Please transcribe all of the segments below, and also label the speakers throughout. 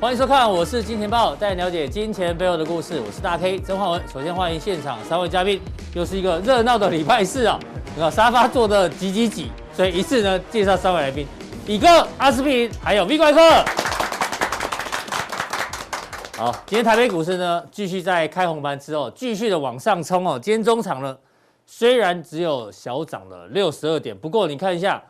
Speaker 1: 欢迎收看，我是金钱豹，带你了解金钱背后的故事。我是大 K 曾焕文。首先欢迎现场三位嘉宾，又是一个热闹的礼拜四啊！你看沙发坐的挤挤挤，所以一次呢介绍三位来宾：乙哥、阿司匹林，还有 V 怪客。好，今天台北股市呢继续在开红盘之后继续的往上冲哦。今天中场呢虽然只有小涨了六十二点，不过你看一下。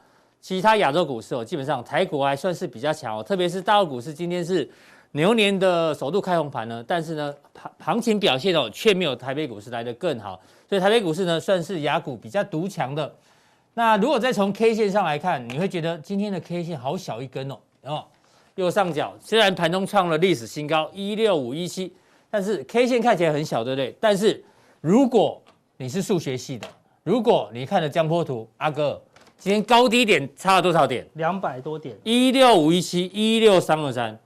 Speaker 1: 其他亚洲股市哦，基本上台股还算是比较强哦，特别是大陆股市今天是牛年的首度开红盘呢，但是呢，行行情表现哦却没有台北股市来得更好，所以台北股市呢算是雅股比较独强的。那如果再从 K 线上来看，你会觉得今天的 K 线好小一根哦，哦，右上角虽然盘中创了历史新高一六五一七，但是 K 线看起来很小，对不对？但是如果你是数学系的，如果你看了江波图，阿哥。今天高低点差了多少点？
Speaker 2: 两百多点，
Speaker 1: 一六五一七，一六三二三，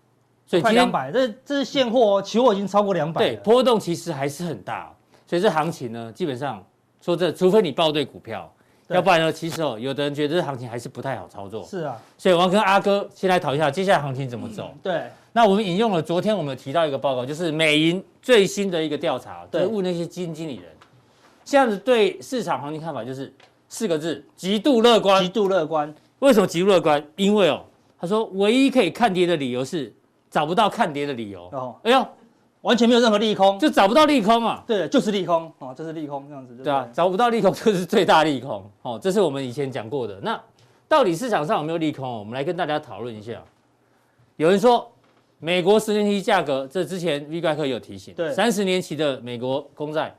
Speaker 1: 所以
Speaker 2: 快
Speaker 1: 今
Speaker 2: 两
Speaker 1: 天嗯
Speaker 2: 百，这这是现货哦，期货已经超过两百
Speaker 1: 对
Speaker 2: 了。
Speaker 1: 波动其实还是很大哦、所以这行情呢，基本上说这，除非你报对股票，
Speaker 2: 对
Speaker 1: 要不然呢，其实哦，有的人觉得这行情还是不太好操作。
Speaker 2: 是啊，
Speaker 1: 所以我要跟阿哥先来讨论一下接下来行情怎么走。
Speaker 2: 对
Speaker 1: 那我们引用了昨天我们有提到一个报告，就是美银最新的一个调查，就
Speaker 2: 对
Speaker 1: 是问那些基金经理人，现在对市场行情看法就是四个字：极度乐观
Speaker 2: 极。度乐观，
Speaker 1: 为什么极度乐观？因为哦，他说唯一可以看跌的理由是找不到看跌的理由。
Speaker 2: 哦，
Speaker 1: 哎呦，
Speaker 2: 完全没有任何利空。
Speaker 1: 就找不到利空啊！
Speaker 2: 对，就是利空哦，就是利空这样子，对不
Speaker 1: 对啊
Speaker 2: 对，？
Speaker 1: 找不到利空就是最大利空哦，这是我们以前讲过的。那到底市场上有没有利空？我们来跟大家讨论一下。有人说，美国十年期价格，这之前 V 怪客有提醒，
Speaker 2: 对
Speaker 1: 三十年期的美国公债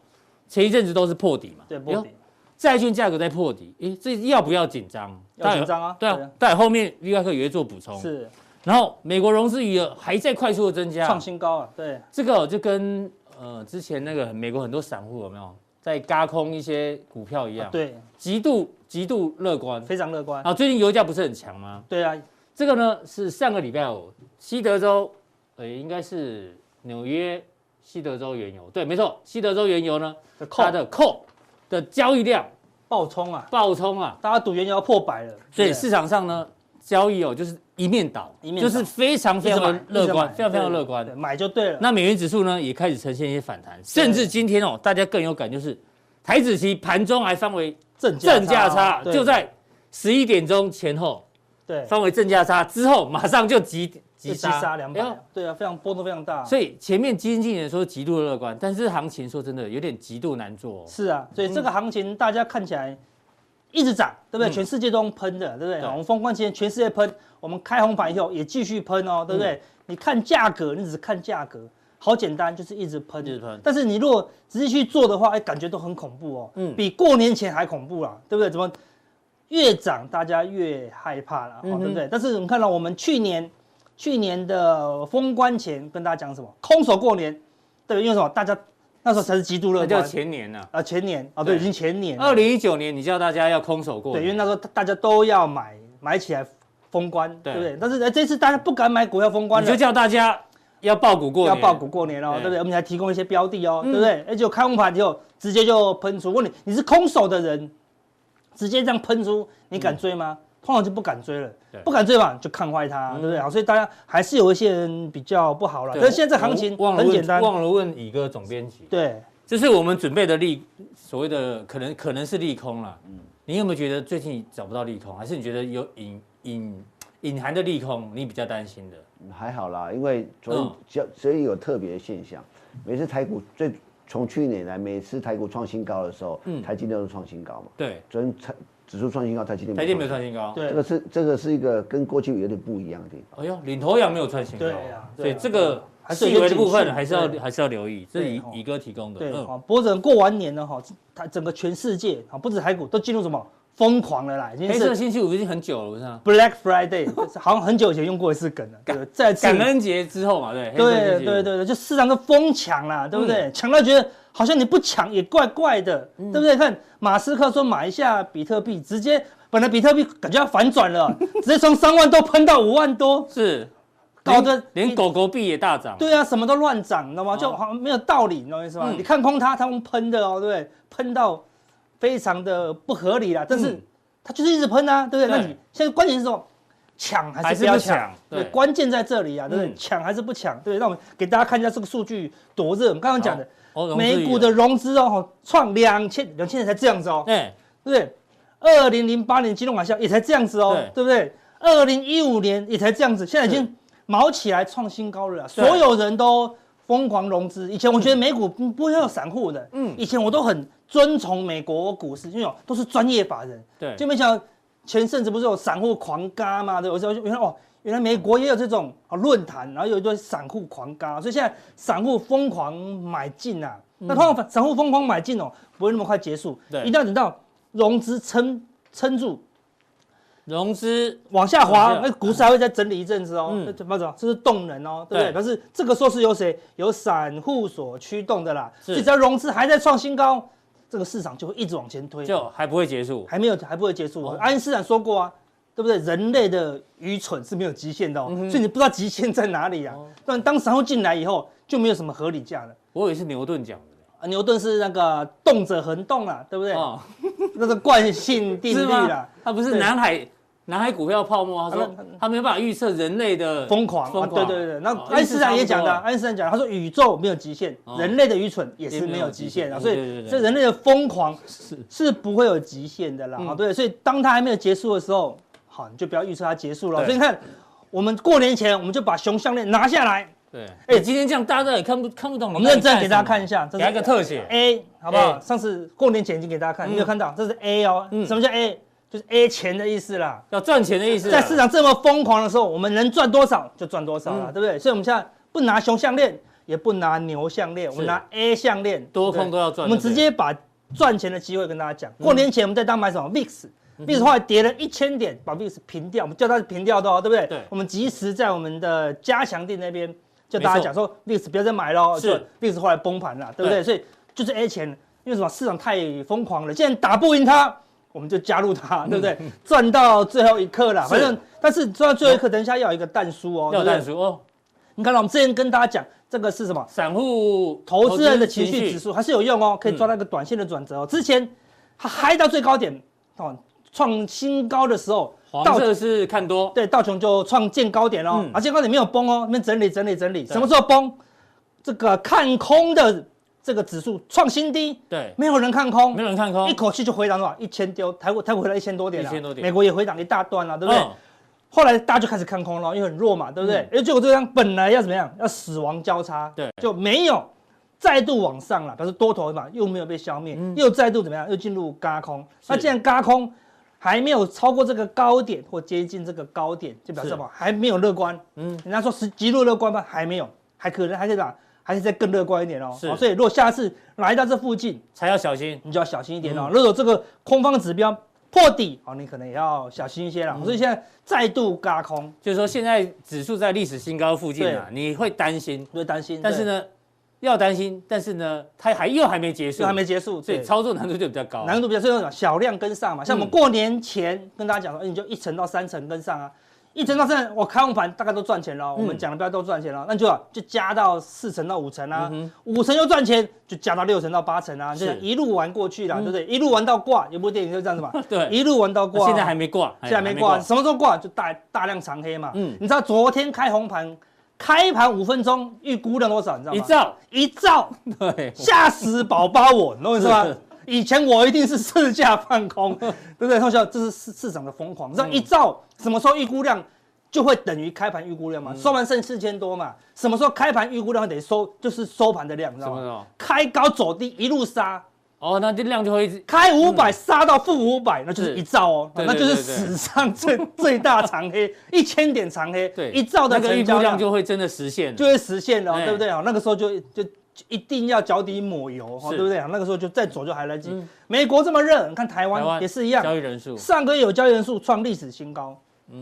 Speaker 1: 前一阵子都是破底嘛，
Speaker 2: 对，
Speaker 1: 哎呦
Speaker 2: 不顶，
Speaker 1: 债券价格在破底，诶，这要不要紧张？
Speaker 2: 要紧张啊
Speaker 1: 对
Speaker 2: 对
Speaker 1: 啊嗯
Speaker 2: 啊，
Speaker 1: 但后面 V 怪客也会做补充，
Speaker 2: 是
Speaker 1: 然后美国融资余额还在快速的增加，
Speaker 2: 创新高啊，对，
Speaker 1: 这个就跟呃之前那个美国很多散户有没有在嘎空一些股票一样，，
Speaker 2: 啊对，
Speaker 1: 极度极度乐观。
Speaker 2: 非常乐观。
Speaker 1: 啊，最近油价不是很强吗？
Speaker 2: 对啊，
Speaker 1: 这个呢是上个礼拜五西德州，呃，应该是纽约西德州原油，对，没错，西德州原油呢，
Speaker 2: 的扣
Speaker 1: 它的扣的交易量
Speaker 2: 爆冲啊，
Speaker 1: 暴冲啊，
Speaker 2: 大家赌原油要破百了，
Speaker 1: 所以
Speaker 2: 对啊
Speaker 1: 市场上呢交易哦就是一面倒，
Speaker 2: 一面
Speaker 1: 就
Speaker 2: 倒
Speaker 1: 是非常非
Speaker 2: 一直
Speaker 1: 常
Speaker 2: 买
Speaker 1: 的乐
Speaker 2: 一
Speaker 1: 观，
Speaker 2: 直买
Speaker 1: 非常非常
Speaker 2: 对
Speaker 1: 乐观
Speaker 2: 对。买就对了。
Speaker 1: 那美元指数呢也开始呈现一些反弹，甚至今天哦，大家更有感就是台子期盘中还翻为
Speaker 2: 正
Speaker 1: 正价差，
Speaker 2: 对
Speaker 1: 就在十一点钟前后
Speaker 2: 对，
Speaker 1: 翻为正价差之后，马上就急
Speaker 2: 急
Speaker 1: 急
Speaker 2: 杀两百
Speaker 1: 哎呦
Speaker 2: 啊，对啊，非常波动非常大。
Speaker 1: 所以前面基金经理人说极度乐观，但是行情说真的有点极度难做、哦。
Speaker 2: 是啊，所以这个行情大家看起来一直涨，对不对？
Speaker 1: 嗯
Speaker 2: 全世界都用喷的，对不对？
Speaker 1: 对
Speaker 2: 我们封关期间全世界喷，我们开红盘以后也继续喷哦，对
Speaker 1: 嗯
Speaker 2: 不对？你看价格，你只看价格，好简单，就是一直喷，
Speaker 1: 一直喷
Speaker 2: 但是你如果仔细去做的话，哎，感觉都很恐怖哦，
Speaker 1: 嗯
Speaker 2: 比过年前还恐怖啦，对不对？怎么越涨大家越害怕啦，
Speaker 1: 嗯
Speaker 2: 哦
Speaker 1: 哼
Speaker 2: 对不对？但是你看到我们去年去年的封关前跟大家讲什么？空手过年，对不对？因为什么？大家那时候才是极度乐
Speaker 1: 那
Speaker 2: 观，
Speaker 1: 叫前年呐、啊，
Speaker 2: 啊，前年啊，对，
Speaker 1: 对
Speaker 2: 已经前年了，
Speaker 1: 二零一九年你叫大家要空手过
Speaker 2: 对，因为
Speaker 1: 年，
Speaker 2: 那时候大家都要买，买起来封关，
Speaker 1: 对
Speaker 2: 对不对？但是哎，这次大家不敢买股票封关
Speaker 1: 你就
Speaker 2: 了，
Speaker 1: 叫大家要爆股过
Speaker 2: 要
Speaker 1: 年，
Speaker 2: 报股过年哦，
Speaker 1: 对
Speaker 2: 对不对？我们还提供一些标的哦，
Speaker 1: 嗯
Speaker 2: 对不对？而且开红盘以后直接就喷出，问你你是空手的人，直接这样喷出，你敢追吗？通常就不敢追了
Speaker 1: 嗯对，嗯
Speaker 2: 不敢追嘛，就看坏它，对不对？好，所以大家还是有一些人比较不好了。
Speaker 1: 对。
Speaker 2: 但是现在这行情
Speaker 1: 我忘了
Speaker 2: 很
Speaker 1: 问
Speaker 2: 简单，
Speaker 1: 忘了问乙哥总编辑。
Speaker 2: 对，
Speaker 1: 这是我们准备的利，所谓的可能可能是利空啦。你有没有觉得最近找不到利空，还是你觉得有隐隐隐含的利空，你比较担心的？
Speaker 3: 还好啦，因为昨天
Speaker 1: 嗯
Speaker 3: 较所以有特别的现象，每次台股最从去年来，每次台股创新高的时候，
Speaker 1: 嗯
Speaker 3: 台积电都创新高嘛。
Speaker 1: 对，
Speaker 3: 昨天台指数创新高，台积电
Speaker 1: 台积没有创新高，
Speaker 2: 对
Speaker 3: 这个是这个是一个跟过去有点不一样的地方。
Speaker 1: 哎呦，领头羊没有创新高，
Speaker 2: 对啊
Speaker 1: 所以
Speaker 2: 对啊
Speaker 1: 这个
Speaker 2: 还是有
Speaker 1: 细微的部
Speaker 2: 警
Speaker 1: 分
Speaker 2: 讯
Speaker 1: 还是要
Speaker 2: 对
Speaker 1: 还是要留意，这是
Speaker 2: 对哦
Speaker 1: 乙乙哥提供的。
Speaker 2: 对，
Speaker 1: 嗯，
Speaker 2: 好，不过整过完年了哈，它整个全世界啊，不止台股都进入什么疯狂了啦，已经
Speaker 1: 黑色
Speaker 2: 是
Speaker 1: 星期五已经很久了，不是吗？
Speaker 2: Black Friday，好 像很久以前用过一次梗了，对，再次
Speaker 1: 感恩节之后嘛，对，黑色星
Speaker 2: 对
Speaker 1: 期五
Speaker 2: 对对，对，就市场的疯抢啦，对
Speaker 1: 嗯
Speaker 2: 不对？抢到觉得好像你不抢也怪怪的，对不对？看马斯克说买一下比特币，直接本来比特币感觉要反 转了，直接从三万多喷到五万多，
Speaker 1: 是
Speaker 2: 搞得
Speaker 1: 连连狗狗币也大涨，
Speaker 2: 对啊，什么都乱涨，你知道吗？
Speaker 1: 哦
Speaker 2: 就好像没有道理，你知道我意思吗？
Speaker 1: 嗯
Speaker 2: 你看空它，它们喷的哦，对不对？喷到非常的不合理啦，但是
Speaker 1: 嗯
Speaker 2: 它就是一直喷啊，对不对？
Speaker 1: 对
Speaker 2: 那你现在关键是什么？抢还
Speaker 1: 还
Speaker 2: 是
Speaker 1: 是
Speaker 2: 不要
Speaker 1: 不
Speaker 2: 抢
Speaker 1: 抢？
Speaker 2: 对，
Speaker 1: 对
Speaker 2: 关键在这里啊，对不对？
Speaker 1: 嗯
Speaker 2: 抢还是不抢？对，让我们给大家看一下这个数据多热。我们刚刚讲的
Speaker 1: 好，哦
Speaker 2: 美股的，融资哦，创两千两千年才这样子哦
Speaker 1: 融资余额，哎，
Speaker 2: 对不对？二零零八年金融海啸也才这样子哦，对
Speaker 1: 对
Speaker 2: 不对？二零一五年也才这样子，现在已经毛起来创新高了啊，所有人都疯狂融资。以前我觉得美股不不会有散户的，嗯
Speaker 1: 嗯，
Speaker 2: 以前我都很遵从美国股市，因为都是专业法人，
Speaker 1: 对，
Speaker 2: 就没想到前阵子不是有散户狂嘎嘛？对，我就原来哦，原来美国也有这种啊论坛，然后有一堆散户狂嘎，所以现在散户疯狂买进啊。那通常散户疯狂买进哦，不会那么快结束，
Speaker 1: 嗯对
Speaker 2: 一定要等到融资撑撑住
Speaker 1: 融资
Speaker 2: 往下滑
Speaker 1: 往，下
Speaker 2: 那股市还会再整理一阵子哦。
Speaker 1: 嗯
Speaker 2: 那怎么着？这是动能哦，对不对？
Speaker 1: 对
Speaker 2: 表示这个时候是由谁？由散户所驱动的啦。
Speaker 1: 是
Speaker 2: 所以只要融资还在创新高，这个市场就会一直往前推。
Speaker 1: 就还不会结束，
Speaker 2: 还没有还不会结束。
Speaker 1: 哦
Speaker 2: 爱因斯坦说过啊，对不对？人类的愚蠢是没有极限的哦，
Speaker 1: 嗯
Speaker 2: 所以你不知道极限在哪里啊。
Speaker 1: 哦
Speaker 2: 但当散户进来以后，就没有什么合理价了。
Speaker 1: 我以为是牛顿讲的，
Speaker 2: 啊，牛顿是那个动者恒动啦，对不对？
Speaker 1: 哦，
Speaker 2: 那个惯性定
Speaker 1: 是
Speaker 2: 律
Speaker 1: 吗
Speaker 2: 啦，？
Speaker 1: 他不是
Speaker 2: 对
Speaker 1: 南海南海股票泡沫，他
Speaker 2: 啊
Speaker 1: 说
Speaker 2: 那
Speaker 1: 他没有办法预测人类的
Speaker 2: 疯狂，
Speaker 1: 疯
Speaker 2: 啊
Speaker 1: 狂，
Speaker 2: 对对对。那
Speaker 1: 哦
Speaker 2: 爱因斯坦也讲的啊，
Speaker 1: 意
Speaker 2: 爱因斯坦讲，他说宇宙没有极限，
Speaker 1: 哦
Speaker 2: 人类的愚蠢也是
Speaker 1: 也没有
Speaker 2: 没有极限啊。
Speaker 1: 极限对
Speaker 2: 所以
Speaker 1: 对对对
Speaker 2: 这人类的疯狂
Speaker 1: 思是
Speaker 2: 是不会有极限的啦，
Speaker 1: 嗯
Speaker 2: 好对，所以当它还没有结束的时候，好，你就不要预测它结束了。
Speaker 1: 对
Speaker 2: 所以你看，我们过年前我们就把熊项链拿下来，
Speaker 1: 对。哎、
Speaker 2: 哎
Speaker 1: 今天这样大家也看不看不懂，
Speaker 2: 我们认真给大家看一下，这
Speaker 1: 给
Speaker 2: 哎
Speaker 1: 他一个特写
Speaker 2: A，好不好？
Speaker 1: A
Speaker 2: 上次过年前已经给大家看，
Speaker 1: 嗯
Speaker 2: 你有看到这是 A 哦，
Speaker 1: 嗯
Speaker 2: 什么叫 A？就是 A 钱的意思啦。
Speaker 1: 要赚钱的意思啊，
Speaker 2: 在市场这么疯狂的时候，我们能赚多少就赚多少啦，
Speaker 1: 嗯
Speaker 2: 对不对？所以我们现在不拿熊项链，也不拿牛项链，我们
Speaker 1: 是
Speaker 2: 拿 A 项链，
Speaker 1: 多
Speaker 2: 对
Speaker 1: 空都要赚
Speaker 2: 我们
Speaker 1: 就对嗯
Speaker 2: 直接把赚钱的机会跟大家讲。过年前我们在当买什么 VIX，VIX 后来跌了一千点，把 VIX 平掉，我们叫它平掉的哦，对不对？
Speaker 1: 对
Speaker 2: 我们及时在我们的加强店那边叫大家
Speaker 1: 没错
Speaker 2: 讲说 VIX 不要再买喽，
Speaker 1: 是
Speaker 2: 就 VIX 后来崩盘了，对不对？
Speaker 1: 对
Speaker 2: 所以就是 A 钱，因为什么市场太疯狂了，既然打不赢它。我们就加入它，对不对？赚到最后一刻
Speaker 1: 嗯
Speaker 2: 啦，
Speaker 1: 是
Speaker 2: 反正但是赚到最后一刻，等一下要有一个蛋书哦，
Speaker 1: 要
Speaker 2: 对不对
Speaker 1: 淡出哦。
Speaker 2: 你看到我们之前跟大家讲，这个是什么？
Speaker 1: 散户
Speaker 2: 投资人的情绪指，数还是有用
Speaker 1: 嗯
Speaker 2: 哦，可以抓到一个短线的转折哦。之前它嗨到最高点哦，创新高的时候，
Speaker 1: 黄
Speaker 2: 道
Speaker 1: 色是看多，
Speaker 2: 对道琼就创见高点哦，
Speaker 1: 嗯
Speaker 2: 啊见高点没有崩哦，那边整理整理整理，什么时候崩？这个看空的这个指数创新低，
Speaker 1: 对，
Speaker 2: 没有人看空
Speaker 1: 没，有人看空
Speaker 2: 一，口气就回档多少？一千丢，台股台股回到一千多点
Speaker 1: 哦
Speaker 2: 了，啊
Speaker 1: 1000多点
Speaker 2: 美国也回档一大段了，啊对不对？
Speaker 1: 嗯
Speaker 2: 后来大家就开始看空了，因为很弱嘛，对不对？哎、结果这张本来要怎么样？要死亡交叉，
Speaker 1: 对
Speaker 2: 就没有再度往上了，表示多头嘛又没有被消灭，
Speaker 1: 嗯
Speaker 2: 又再度怎么样？又进入嘎空。那既然嘎空还没有超过这个高点或接近这个高点，就表示什么？还没有乐观。嗯
Speaker 1: 嗯，
Speaker 2: 人家说是极度乐观吗？还没有，还可能还是哪？还是再更乐观一点哦。
Speaker 1: 是
Speaker 2: 好所以如果下次来到这附近，
Speaker 1: 才要小心。
Speaker 2: 你就要小心一点哦。
Speaker 1: 嗯
Speaker 2: 如果这个空方指标破底哦，你可能也要小心一些啦。
Speaker 1: 嗯
Speaker 2: 所以现在再度嘎空，
Speaker 1: 就是说，现在指数在历史新高附近啊，你会担心，
Speaker 2: 你会担心。
Speaker 1: 但是呢，要担心，但是呢，它还又还没结
Speaker 2: 对，
Speaker 1: 束，
Speaker 2: 就还没结束，
Speaker 1: 所以
Speaker 2: 对
Speaker 1: 操作难度就比较高。啊
Speaker 2: 难度比较最重要，小量跟上嘛。像我们
Speaker 1: 嗯，
Speaker 2: 过年前跟大家讲说，哎你就一层到三层跟上啊。一层到三层，我开红盘大概都赚钱了。我们讲的不要都赚钱了，那就啊就加到四层到五层啊，五层又赚钱，就加到六层到八层啊，就是一路玩过去啦，对不对？一路玩到挂，有部电影就这样子嘛
Speaker 1: 对
Speaker 2: 一路玩到
Speaker 1: 那
Speaker 2: 挂。
Speaker 1: 现在还没挂，哎
Speaker 2: 现在没挂，，什么时候挂就大大量长黑嘛。嗯
Speaker 1: 嗯，
Speaker 2: 你知道昨天开红盘，开盘五分钟预估量多少？你知道吗？
Speaker 1: 一兆，
Speaker 2: 一兆，
Speaker 1: 对，
Speaker 2: 吓死宝宝我，你懂我意思 吗
Speaker 1: 是？
Speaker 2: 以前我一定是市价 放空，对不对？同学，这是市市场的疯狂。你知道
Speaker 1: 嗯
Speaker 2: 一兆什么时候预估量就会等于开盘预估
Speaker 1: 嗯
Speaker 2: 量嘛？收盘剩四千多嘛？什么时候开盘预估量得收就是收盘的量，你知
Speaker 1: 什
Speaker 2: 道
Speaker 1: 么
Speaker 2: 吗？
Speaker 1: 的？
Speaker 2: 开高走低一路杀，
Speaker 1: 哦，那这量就会一直
Speaker 2: 开五百杀到负五百，那就是一兆哦，
Speaker 1: 嗯对
Speaker 2: 那就是
Speaker 1: 对对对
Speaker 2: 史上最 最大长黑，一千点长黑，
Speaker 1: 对，
Speaker 2: 一兆的
Speaker 1: 那个预
Speaker 2: 成
Speaker 1: 估
Speaker 2: 交
Speaker 1: 量
Speaker 2: 量
Speaker 1: 就会真的实现了
Speaker 2: 就。会实现了哦，
Speaker 1: 哎
Speaker 2: 对不对啊？那个时候就就就一定要脚底抹油哦，
Speaker 1: 是嗯
Speaker 2: 对不对啊？那个时候就再走就还来得及。美国这么热，你看台
Speaker 1: 台
Speaker 2: 湾
Speaker 1: 湾
Speaker 2: 也是一样，
Speaker 1: 交易嗯人数
Speaker 2: 上个月有交易人数创历史新高，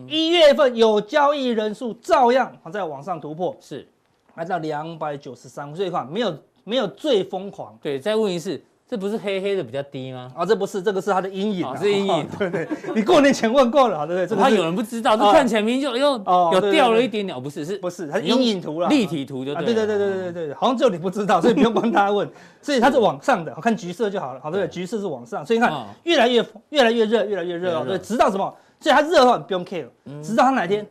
Speaker 2: 一月份有交易人数照样在往上突破，
Speaker 1: 是
Speaker 2: 来到两百九十三，所以看没有没有最疯狂。
Speaker 1: 对。再问一次，这不是黑黑的比较低吗？
Speaker 2: 啊，这不是，这个是他的阴影、啊，
Speaker 1: 哦是阴影
Speaker 2: 对不对？你过年前问过了，啊对不对？
Speaker 1: 这
Speaker 2: 这个
Speaker 1: 怕
Speaker 2: 是
Speaker 1: 有人不知道，这
Speaker 2: 哦
Speaker 1: 看起来明明就又
Speaker 2: 哦对
Speaker 1: 有
Speaker 2: 对
Speaker 1: 掉了
Speaker 2: 对
Speaker 1: 一点点，哦不是是
Speaker 2: 不是，它是
Speaker 1: 你用
Speaker 2: 阴影图啦，
Speaker 1: 立体图就
Speaker 2: 啊，
Speaker 1: 对
Speaker 2: 对
Speaker 1: 了
Speaker 2: 对对对对对对，好像只有你不知道，所以不用帮大家问。所以它是往上的，好看橘色就好了，好对不对？橘色是往上，所以你看
Speaker 1: 哦
Speaker 2: 越来越越来越热，越来越热
Speaker 1: 越来
Speaker 2: 哦，
Speaker 1: 越
Speaker 2: 对，
Speaker 1: 热嗯
Speaker 2: 直到什么？所以它热的话你不用 care，直到它哪天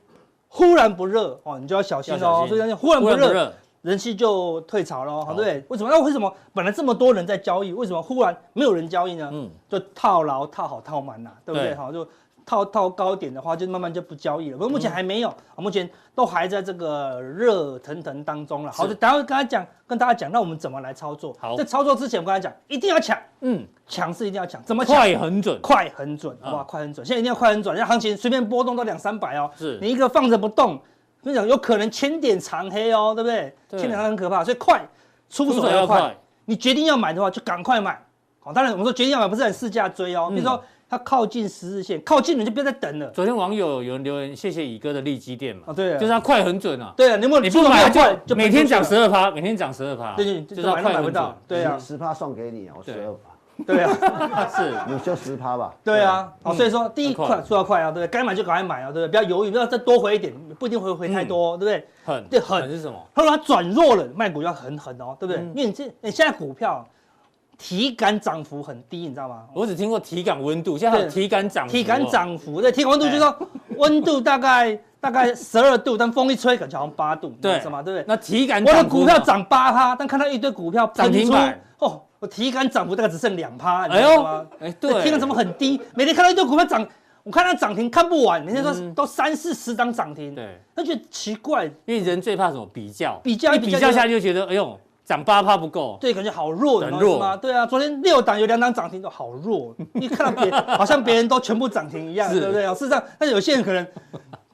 Speaker 2: 忽然不热哦，你就要小心
Speaker 1: 要小
Speaker 2: 哦。
Speaker 1: 心
Speaker 2: 所以它就忽然
Speaker 1: 忽
Speaker 2: 不
Speaker 1: 然不
Speaker 2: 热，
Speaker 1: 热，
Speaker 2: 人气就退潮了，对不对？为什么？那为什么本来这么多人在交易，为什么忽然没有人交易呢？
Speaker 1: 嗯
Speaker 2: 就套牢、套好、套满啦、啊对不对？
Speaker 1: 对
Speaker 2: 好，就套套高点的话，就慢慢就不交易了。不过目前还没
Speaker 1: 嗯
Speaker 2: 有，啊，目前都还在这个热腾腾当中了。好
Speaker 1: 是
Speaker 2: 的，等一下跟大家讲，跟大家讲，那我们怎么来操作？
Speaker 1: 好
Speaker 2: 在操作之前，我跟大家讲，一定要抢，
Speaker 1: 嗯，
Speaker 2: 抢是一定要抢，怎么抢？
Speaker 1: 快很准，
Speaker 2: 快很准，好不好？
Speaker 1: 啊
Speaker 2: 快很准，现在一定要快很准，人家行情随便波动都两三百哦。
Speaker 1: 是
Speaker 2: 你一个放着不动，跟你讲有可能千点长黑哦，对不对？
Speaker 1: 对
Speaker 2: 千点长黑很可怕，所以快出手要快。，你决定要买的话，就赶快买。好，当然我们说决定要买不是很市价追哦，
Speaker 1: 嗯
Speaker 2: 比如说它靠近十日线，靠近了就不要再等了。
Speaker 1: 昨天网友有人留言，谢谢乙哥的利基店嘛
Speaker 2: 哦，，对啊，
Speaker 1: 就是它快很准啊，
Speaker 2: 对啊，你有没有
Speaker 1: 你
Speaker 2: 出
Speaker 1: 不
Speaker 2: 手
Speaker 1: 买
Speaker 2: 要快
Speaker 1: 就每天涨十
Speaker 2: 十，
Speaker 1: 二趴，每天涨十二趴，
Speaker 2: 对对，就
Speaker 1: 就是要
Speaker 2: 买都
Speaker 1: 快
Speaker 2: 买不
Speaker 1: 很
Speaker 2: 到
Speaker 1: 准，。
Speaker 2: 对啊，
Speaker 3: 十趴送给你啊，我十二趴，
Speaker 2: 对啊。
Speaker 1: 是
Speaker 3: 你就十趴吧。
Speaker 2: 对啊，好，所以说第
Speaker 1: 嗯很
Speaker 2: 一
Speaker 1: 快
Speaker 2: 快说要快啊，对不对？该买就赶快买啊，对不对？不要犹豫，不要再多回一点，不一定会回
Speaker 1: 嗯
Speaker 2: 太多哦，对不对？
Speaker 1: 很
Speaker 2: 对很
Speaker 1: 很是什么？
Speaker 2: 他说它转弱了，卖股要狠狠哦，对不对？
Speaker 1: 嗯
Speaker 2: 因为你这你现在股票体感涨幅很低，你知道吗？
Speaker 1: 我只听过体感温度，现在还有
Speaker 2: 对
Speaker 1: 体感涨幅哦，
Speaker 2: 体感涨幅，对，体感温度就是说
Speaker 1: 哎
Speaker 2: 温度大概大概十二度，但风一吹感觉好像八度，
Speaker 1: 对
Speaker 2: 你知道吗？对不对？
Speaker 1: 那体感啊
Speaker 2: 我的
Speaker 1: 涨幅
Speaker 2: 股票
Speaker 1: 嘛，
Speaker 2: 涨八趴，但看到一堆股票喷
Speaker 1: 涨停
Speaker 2: 出
Speaker 1: 板，
Speaker 2: 哦，我体感涨幅大概只剩两趴，你
Speaker 1: 哎
Speaker 2: 知道
Speaker 1: 呦
Speaker 2: 吗？，
Speaker 1: 哎
Speaker 2: 对，
Speaker 1: 对，
Speaker 2: 体感怎么很低？每天看到一堆股票涨，我看它涨停看不完，每天
Speaker 1: 嗯
Speaker 2: 说都三四十张涨停，
Speaker 1: 对，
Speaker 2: 那觉得奇怪，
Speaker 1: 因为人最怕什么比较，
Speaker 2: 比较
Speaker 1: 一
Speaker 2: 比
Speaker 1: 比
Speaker 2: 较
Speaker 1: 较下去就觉得，哎呦，涨八趴不够，
Speaker 2: 对，感觉好弱，
Speaker 1: 很
Speaker 2: 你知道
Speaker 1: 弱
Speaker 2: 吗？对啊，昨天六档有两档涨停都好弱， 你看到别好像别人都全部涨停一样，
Speaker 1: 是
Speaker 2: 对不对？哦事实上，但有些人 可能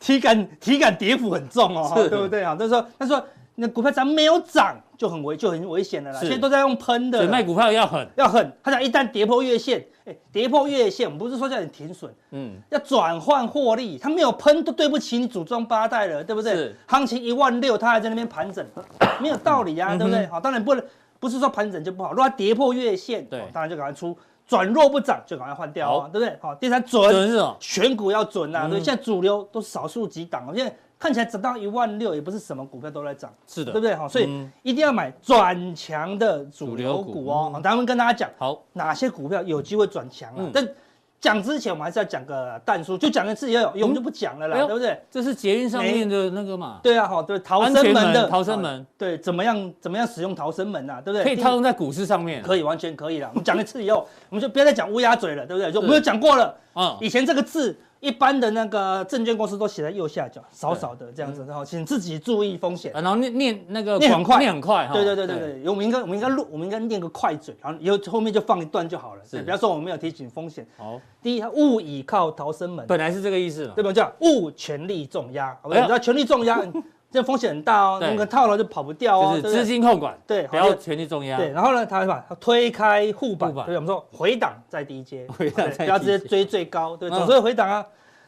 Speaker 2: 体感体感跌幅很重哦，
Speaker 1: 是
Speaker 2: 对不对啊？就是说，他说那股票咱没有涨就很危就很危险的啦，
Speaker 1: 是
Speaker 2: 现在都在用喷的
Speaker 1: 所以卖
Speaker 2: 啦，
Speaker 1: 股票要狠，
Speaker 2: 要狠。他讲一旦跌破月线，哎，跌破月线，我们不是说叫你停损，
Speaker 1: 嗯，
Speaker 2: 要转换获利，他没有喷都对不起你祖宗八代了，对不对
Speaker 1: 是？
Speaker 2: 行情一万六，他还在那边 盘整，没有道理
Speaker 1: 嗯
Speaker 2: 啊，对不对？好，当然不能不是说盘整就不好，如果它跌破月线，
Speaker 1: 对
Speaker 2: 哦当然就赶快出，转弱不涨就赶快换掉啊，对不对？好，第三准，
Speaker 1: 准是哦，
Speaker 2: 选股要准啊，对不
Speaker 1: 嗯
Speaker 2: 对，现在主流都是少数几档哦，现在看起来涨到一万六，也不是什么股票都在涨。
Speaker 1: 是的，
Speaker 2: 对不对？好，所以
Speaker 1: 嗯
Speaker 2: 一定要买转强的主
Speaker 1: 主
Speaker 2: 流
Speaker 1: 流
Speaker 2: 股
Speaker 1: 股嗯
Speaker 2: 哦。好咱们跟大家讲，
Speaker 1: 好，
Speaker 2: 哪些股票有机会转强啊
Speaker 1: 嗯？
Speaker 2: 但讲之前，我们还是要讲个淡书，就讲个自己要有用，我们就不讲了
Speaker 1: 哎呦
Speaker 2: 啦，对不对？
Speaker 1: 这是捷运上面的那个嘛，
Speaker 2: 对啊，好，对，逃
Speaker 1: 安
Speaker 2: 生
Speaker 1: 全
Speaker 2: 门的
Speaker 1: 门、逃生，门
Speaker 2: 啊对，怎么样怎么样使用逃生门啊？对不对？
Speaker 1: 可以
Speaker 2: 第一
Speaker 1: 套用在股市上面，
Speaker 2: 可以，完全可以了。我们讲一次以后，我们就不要再 讲乌鸦嘴了，对不对？就我们有讲过了，
Speaker 1: 嗯，
Speaker 2: 以前这个字一般的那个证券公司都写在右下角，少少的这样子，然后请自己注意风险
Speaker 1: 啊。然后念念那个
Speaker 2: 念
Speaker 1: 广
Speaker 2: 很快
Speaker 1: 念很快哈，
Speaker 2: 对对对对对，我们应该我们应该录，我们应该念个快嘴，然后以后后面就放一段就好了。
Speaker 1: 是
Speaker 2: 对，不要说我们没有提醒风险。
Speaker 1: 好，
Speaker 2: 第一，勿倚靠逃生门，
Speaker 1: 本来是这个意思嘛
Speaker 2: 对，吧？叫勿权力重压，好不
Speaker 1: 哎
Speaker 2: 好？
Speaker 1: 呀
Speaker 2: 你知道权力 重压，这风险很大哦，
Speaker 1: 对
Speaker 2: 你可能套牢就跑不掉
Speaker 1: 就
Speaker 2: 哦，
Speaker 1: 是
Speaker 2: 对不
Speaker 1: 资
Speaker 2: 对？
Speaker 1: 金控管，
Speaker 2: 对，
Speaker 1: 不
Speaker 2: 好
Speaker 1: 要
Speaker 2: 就
Speaker 1: 权力重压，
Speaker 2: 对，然后呢，他把它推开护板，
Speaker 1: 护板
Speaker 2: 对，我们说回档在低阶，
Speaker 1: 回档
Speaker 2: 对
Speaker 1: 在
Speaker 2: 不要
Speaker 1: 低
Speaker 2: 直
Speaker 1: 阶
Speaker 2: 接追最高，对，
Speaker 1: 嗯
Speaker 2: 总是会回档啊。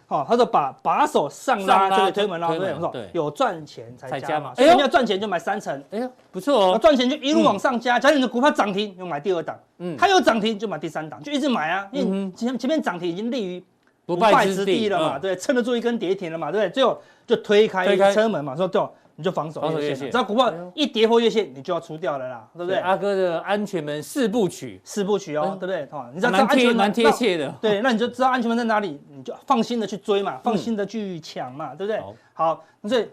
Speaker 2: 好，他说把把手上
Speaker 1: 上
Speaker 2: 拉
Speaker 1: 拉
Speaker 2: 就可以推门了，
Speaker 1: 推
Speaker 2: 对，我
Speaker 1: 门
Speaker 2: 们说
Speaker 1: 对
Speaker 2: 有赚钱
Speaker 1: 才
Speaker 2: 才
Speaker 1: 加
Speaker 2: 加
Speaker 1: 嘛
Speaker 2: 嘛，所以
Speaker 1: 哎呦
Speaker 2: 你要赚钱就买三成，
Speaker 1: 哎呀，不错
Speaker 2: 那
Speaker 1: 哦，
Speaker 2: 赚钱就一路往上加，假如你的股票涨停，就买第二档；
Speaker 1: 嗯，
Speaker 2: 它有涨停就买第三档，就一直买啊，因为
Speaker 1: 嗯
Speaker 2: 你前前面涨停已经立于
Speaker 1: 不
Speaker 2: 不
Speaker 1: 败
Speaker 2: 败
Speaker 1: 之
Speaker 2: 之
Speaker 1: 地
Speaker 2: 地了嘛，
Speaker 1: 嗯
Speaker 2: 对，撑得住一根跌停了嘛，对，最后就推
Speaker 1: 推
Speaker 2: 开
Speaker 1: 开
Speaker 2: 车门嘛，说对哦，你就防守
Speaker 1: 防守
Speaker 2: 月
Speaker 1: 月
Speaker 2: 线
Speaker 1: 线
Speaker 2: 了，只要股
Speaker 1: 哎呦
Speaker 2: 票一跌破月线，你就要出掉了啦，对不
Speaker 1: 对
Speaker 2: 对？
Speaker 1: 阿哥的安全门四部曲，
Speaker 2: 四部曲
Speaker 1: 哎
Speaker 2: 哦，对不对？哦，你知道这
Speaker 1: 蛮
Speaker 2: 安全
Speaker 1: 贴
Speaker 2: 门
Speaker 1: 蛮贴切的，
Speaker 2: 对，那你就知道安全门在哪里，你就放心的去追嘛，放心的去抢嘛，对不对
Speaker 1: 嗯好？
Speaker 2: 好，所以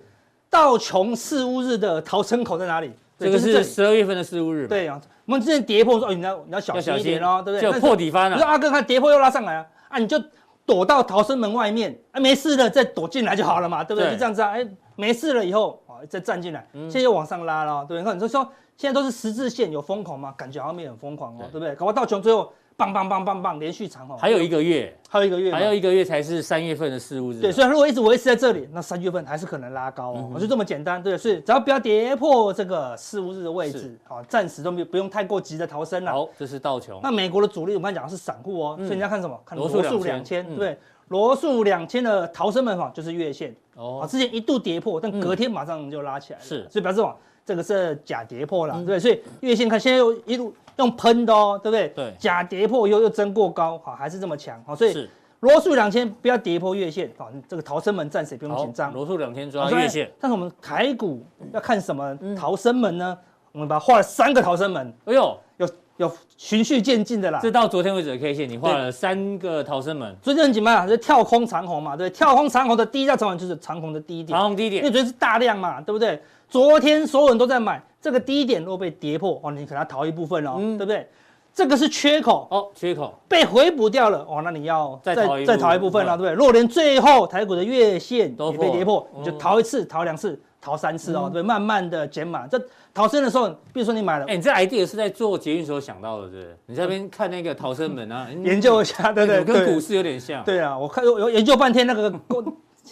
Speaker 2: 道琼四乌日的逃生口在哪里？对
Speaker 1: 这个
Speaker 2: 就是里
Speaker 1: 十二月份的事务日嘛，
Speaker 2: 对啊，我们之前跌破说，哦，你要你要小心一点哦，对不对？
Speaker 1: 就有破底翻
Speaker 2: 但是，你说
Speaker 1: 了，
Speaker 2: 阿哥看跌破又拉上来啊，啊，你就躲到逃生门外面，啊，没事了，再躲进来就好了嘛，对不对？
Speaker 1: 对嗯
Speaker 2: 就这样子啊，哎，没事了以后，哦，再站进来，现在又往上拉了哦，对不对？你看你说说，现在都是十字线有疯狂吗？感觉好像没有很疯狂哦
Speaker 1: 对，
Speaker 2: 对不对？搞不好到穷最后，棒棒棒棒棒，连续长红，哦
Speaker 1: 还有一个月，
Speaker 2: 还有一个月嘛，
Speaker 1: 还有一个月才是三月份的事务日，
Speaker 2: 对，所以它如果一直维持在这里，那三月份还是可能拉高
Speaker 1: 嗯
Speaker 2: 哦，就这么简单。对，所以只要不要跌破这个四五日的位置
Speaker 1: 是，
Speaker 2: 好，暂时都不不用太过急着逃生了。
Speaker 1: 好，这是道琼，
Speaker 2: 那美国的主力我们刚才讲的是散户哦，所以你要看什么？看
Speaker 1: 哦嗯罗
Speaker 2: 罗
Speaker 1: 素
Speaker 2: 素
Speaker 1: 2000
Speaker 2: 两千，
Speaker 1: 嗯
Speaker 2: 对不对，罗素两千的逃生门法就是月线，啊，
Speaker 1: 哦，
Speaker 2: 之前一度跌破，但
Speaker 1: 嗯
Speaker 2: 隔天马上就拉起来了，
Speaker 1: 是嗯
Speaker 2: 所以表示往这个是假跌破了，对不对，所以月线看现在又一路用喷的哦，对不对？
Speaker 1: 对
Speaker 2: 假跌破又又增过高，好，还是这么强，好，所以
Speaker 1: 是
Speaker 2: 罗素两千不要跌破月线啊，你这个逃生门暂时也不用
Speaker 1: 好
Speaker 2: 紧张。
Speaker 1: 罗素两天
Speaker 2: 我
Speaker 1: 抓
Speaker 2: 说
Speaker 1: 月线
Speaker 2: 哎，但是我们台股要看什么逃生门呢？我们把它画了三个逃生门，
Speaker 1: 哎呦，
Speaker 2: 有有循序渐进的啦。
Speaker 1: 这到昨天为止的 K 线，你画了三个逃生门，
Speaker 2: 最近很紧嘛，就跳空长虹嘛，对，跳空长虹的第一道长虹就是长虹的低点
Speaker 1: 长，虹低
Speaker 2: 因为
Speaker 1: 点，
Speaker 2: 昨天是大量嘛，对不对？昨天所有人都在买，这个低点如果被跌破哦，你可能要逃一部分哦，
Speaker 1: 嗯
Speaker 2: 对不对？这个是缺口，
Speaker 1: 哦，缺口，
Speaker 2: 被回补掉了哦，那你要
Speaker 1: 再逃一
Speaker 2: 再
Speaker 1: 部
Speaker 2: 逃一部分
Speaker 1: 分
Speaker 2: 了，对不对？如果连最后台股的月线
Speaker 1: 都
Speaker 2: 也被
Speaker 1: 破
Speaker 2: 跌破，你就
Speaker 1: 嗯
Speaker 2: 逃一次、逃两次、逃三次哦，对不对？慢慢的减码。这逃生的时候，比如说你买了
Speaker 1: 哎，你这 idea 是在做捷运时候想到的，对不对？你在那边看那个逃生 门啊，嗯
Speaker 2: 嗯研究一下，对
Speaker 1: 怎
Speaker 2: 对
Speaker 1: 么跟股
Speaker 2: 对，
Speaker 1: 市有点像，
Speaker 2: 对啊，我看我我研究半天那个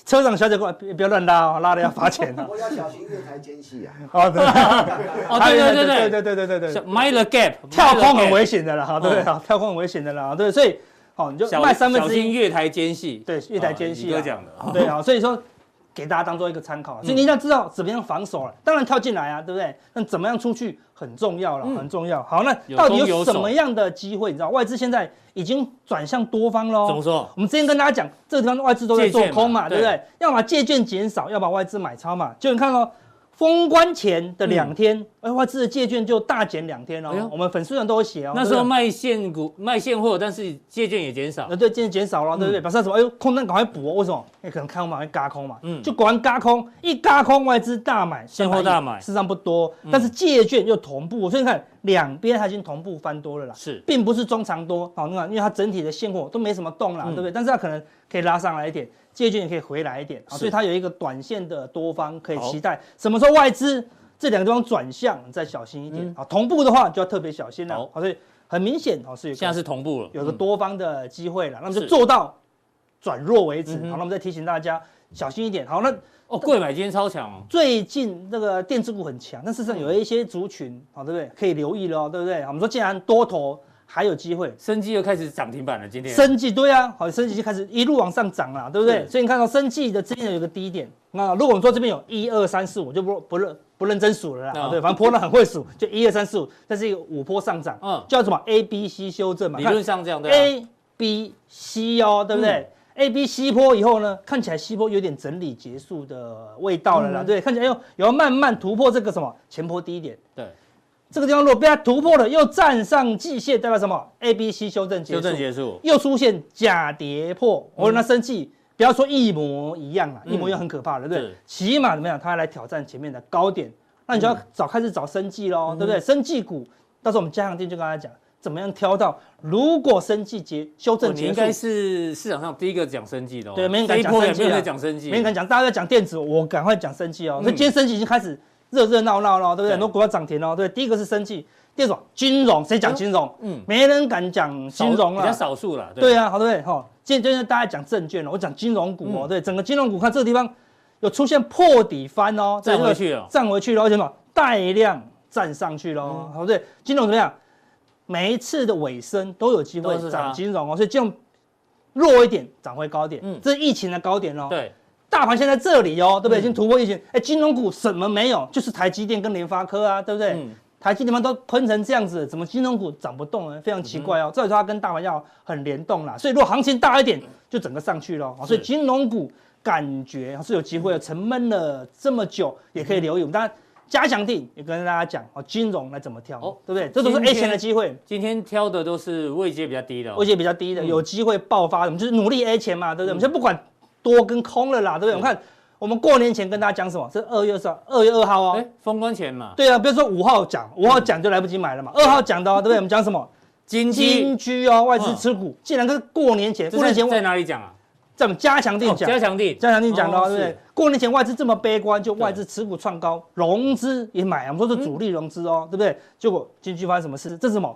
Speaker 2: 车长小姐过来， 别不要乱拉哦，拉了要罚钱 哦。
Speaker 3: 我要小心月台间隙啊！
Speaker 2: 哦， 对
Speaker 1: 哦，对对对对
Speaker 2: 对对对对对对
Speaker 1: 对
Speaker 2: 对，
Speaker 1: ，mind the gap，
Speaker 2: 跳空很危
Speaker 1: 险，
Speaker 2: 险的啦，哈，对不对？跳空很危险的啦，对，所以哦，你就
Speaker 1: 小
Speaker 2: 卖三分
Speaker 1: 小
Speaker 2: 之一
Speaker 1: 心。月台间隙，
Speaker 2: 对，月台间
Speaker 1: 啊
Speaker 2: 隙
Speaker 1: 你
Speaker 2: 啊
Speaker 1: 哥讲嗯的啊
Speaker 2: 对啊，所以说给大家当做一个参考啊，所以你一定要知道怎么样防守了。当然跳进来啊，对不对？那怎么样出去很重要了，很重要。好，那
Speaker 1: 嗯有
Speaker 2: 到底
Speaker 1: 攻有
Speaker 2: 有什
Speaker 1: 守
Speaker 2: 么样的机会？你知道外资现在已经转向多方喽。
Speaker 1: 怎么说？
Speaker 2: 我们之前跟大家讲，这个地方外资都在做空嘛，
Speaker 1: 借
Speaker 2: 对
Speaker 1: 券嘛
Speaker 2: 不对？要么借券减少，要么外资买超嘛。就你看哦，封关前的两天，哎，外资的借券就大减两天哦
Speaker 1: 嗯哎呦。
Speaker 2: 我们粉丝团都有写哦。
Speaker 1: 那
Speaker 2: 对不
Speaker 1: 时候
Speaker 2: 对
Speaker 1: 卖现股卖现货，但是借券也减少
Speaker 2: 那，对，渐渐减少
Speaker 1: 嗯
Speaker 2: 了，对不对？表示什么？哎呦，空单赶快补哦，为什么？哎，可能看空嘛，会嘎空嘛，
Speaker 1: 嗯
Speaker 2: 就果然嘎空，一嘎空外资大买，
Speaker 1: 现货大
Speaker 2: 300
Speaker 1: 买嗯
Speaker 2: 事实上不多，但是借券又同步，所以你看两边它已经同步翻多了啦，
Speaker 1: 是
Speaker 2: 并不是中长多，好，那因为它整体的现货都没什么动啦，
Speaker 1: 嗯
Speaker 2: 对不对？但是它可能可以拉上来一点，借券也可以回来一点，好哦
Speaker 1: 是
Speaker 2: 所以它有一个短线的多方可以
Speaker 1: 好
Speaker 2: 期待。什么时候外资这两个地方转向，你再小心一点
Speaker 1: 嗯
Speaker 2: 啊。好同步的话就要特别小心了
Speaker 1: 好，
Speaker 2: 好，所以很明显，好是有一个
Speaker 1: 现在是同步了，
Speaker 2: 有个
Speaker 1: 嗯
Speaker 2: 多方的机会了，那么就是做到转弱为止。
Speaker 1: 嗯哼
Speaker 2: 好，那我们再提醒大家小心一点。好，那
Speaker 1: 哦，贵买今天超强哦，
Speaker 2: 最近那个电子股很强，但事实上有一些族群，好，对不对？可以留意了哦，对不对？好我们说，既然多头还有机会，
Speaker 1: 生机又开始涨停板了，今天
Speaker 2: 生技对啊，好，生技就开始一路往上涨了，对不对？
Speaker 1: 是
Speaker 2: 所以你看到生技的这边有一个低点，那如果我们说这边有一二三四五，就不不认不认真数了啦，
Speaker 1: 啊
Speaker 2: 对，反正波浪很会数，就一二三四五，这是一个五波上涨，
Speaker 1: 嗯
Speaker 2: 叫什么 A B C 修正嘛，
Speaker 1: 理
Speaker 2: 看
Speaker 1: 论上这样对啊嗯
Speaker 2: A、B、C 哦，对不对、a B、C 坡以后呢，看起来 C 坡有点整理结束的味道了啦，
Speaker 1: 嗯
Speaker 2: 对，看起来又有要慢慢突破这个什么前坡低点。
Speaker 1: 对，
Speaker 2: 这个地方如果被它突破了，又站上季线，代表什么？A、B、C 修正结束，
Speaker 1: 修正结束，
Speaker 2: 又出现假跌破，我让他生气。不要说一模一样啦，
Speaker 1: 嗯
Speaker 2: 一模一样很可怕了，对不对
Speaker 1: 是？
Speaker 2: 起码怎么样，他来挑战前面的高点，那你就要
Speaker 1: 嗯
Speaker 2: 早开始找生计喽，对不对？生计股，到时候我们加强店就跟大家讲，怎么样挑到，如果生计结修
Speaker 1: 哦
Speaker 2: 正
Speaker 1: 你
Speaker 2: 结
Speaker 1: 应
Speaker 2: 束，
Speaker 1: 该是市场上第一个讲生计的哦，
Speaker 2: 对，没人
Speaker 1: 这
Speaker 2: 敢
Speaker 1: 一
Speaker 2: 讲
Speaker 1: 波也
Speaker 2: 生
Speaker 1: 没
Speaker 2: 计
Speaker 1: 有
Speaker 2: 啊
Speaker 1: 在讲生计，
Speaker 2: 没人敢讲，大家在讲电子，我赶快讲生计哦。所以
Speaker 1: 嗯
Speaker 2: 今天生计已经开始热热闹闹了，对不
Speaker 1: 对
Speaker 2: 对？很多股票涨停了，对，第一个是生计，第二种金融，谁讲金融？
Speaker 1: 嗯
Speaker 2: 嗯，没人敢讲
Speaker 1: 少，
Speaker 2: 金融
Speaker 1: 比较
Speaker 2: 了。
Speaker 1: 少数啦，
Speaker 2: 对，啊，好对不对？哈，今天就是大家讲证券了，我讲金融股哦，
Speaker 1: 嗯
Speaker 2: 对，整个金融股看这个地方有出现破底翻哦，
Speaker 1: 站
Speaker 2: 对
Speaker 1: 回去了
Speaker 2: 站回去了，而且什么带量站上去
Speaker 1: 嗯
Speaker 2: 喽，好对不对，金融怎么样？每一次的尾声都有机会
Speaker 1: 都是它
Speaker 2: 涨金融哦，所以金融弱一点涨回高点，
Speaker 1: 嗯
Speaker 2: 这是疫情的高点哦。
Speaker 1: 对，
Speaker 2: 大盘现在这里哦，对不
Speaker 1: 嗯
Speaker 2: 对？已经突破疫情，哎，金融股什么没有？就是台积电跟联发科啊，对不对？
Speaker 1: 嗯
Speaker 2: 台积电嘛都喷成这样子，怎么金融股涨不动呢？非常奇
Speaker 1: 嗯
Speaker 2: 怪哦。照理说它跟大盘要很联动啦，所以如果行情大一点，就整个上去咯。哦所以金融股感觉是有机会的，沉闷了这么久，也可以留意。我们当然加强定也跟大家讲哦，金融来怎么挑
Speaker 1: 哦，
Speaker 2: 对不对？这都是 A
Speaker 1: 今
Speaker 2: 钱
Speaker 1: 天
Speaker 2: 的机会。
Speaker 1: 今天挑的都是位阶比较低的哦，
Speaker 2: 而且比较低的，有机会爆发的，我们就是努力 A 钱嘛，对不对？我们
Speaker 1: 嗯
Speaker 2: 先不管多跟空了啦，对不对？我们看我们过年前跟大家讲什么？是二月三、二月二号哦
Speaker 1: 哎。，封关前嘛，
Speaker 2: 对啊，比如说五号讲，五号讲就来不及买了嘛，二号讲的哦，对不对？我们讲什么？
Speaker 1: 嗯金鸡，
Speaker 2: 金居哦，外资
Speaker 1: 嗯
Speaker 2: 持股，既然跟过年前，
Speaker 1: 这
Speaker 2: 过年前
Speaker 1: 在在
Speaker 2: 在
Speaker 1: 哪里讲啊？
Speaker 2: 我们加强定
Speaker 1: 哦
Speaker 2: 讲，
Speaker 1: 加强地，
Speaker 2: 加强定讲的哦，
Speaker 1: 哦
Speaker 2: 对不对
Speaker 1: 是？
Speaker 2: 过年前外资这么悲观，就外资持股创高，融资也买啊，我们说
Speaker 1: 嗯
Speaker 2: 是主力融资哦，对不对？结果金居发生什么事？这 是什么？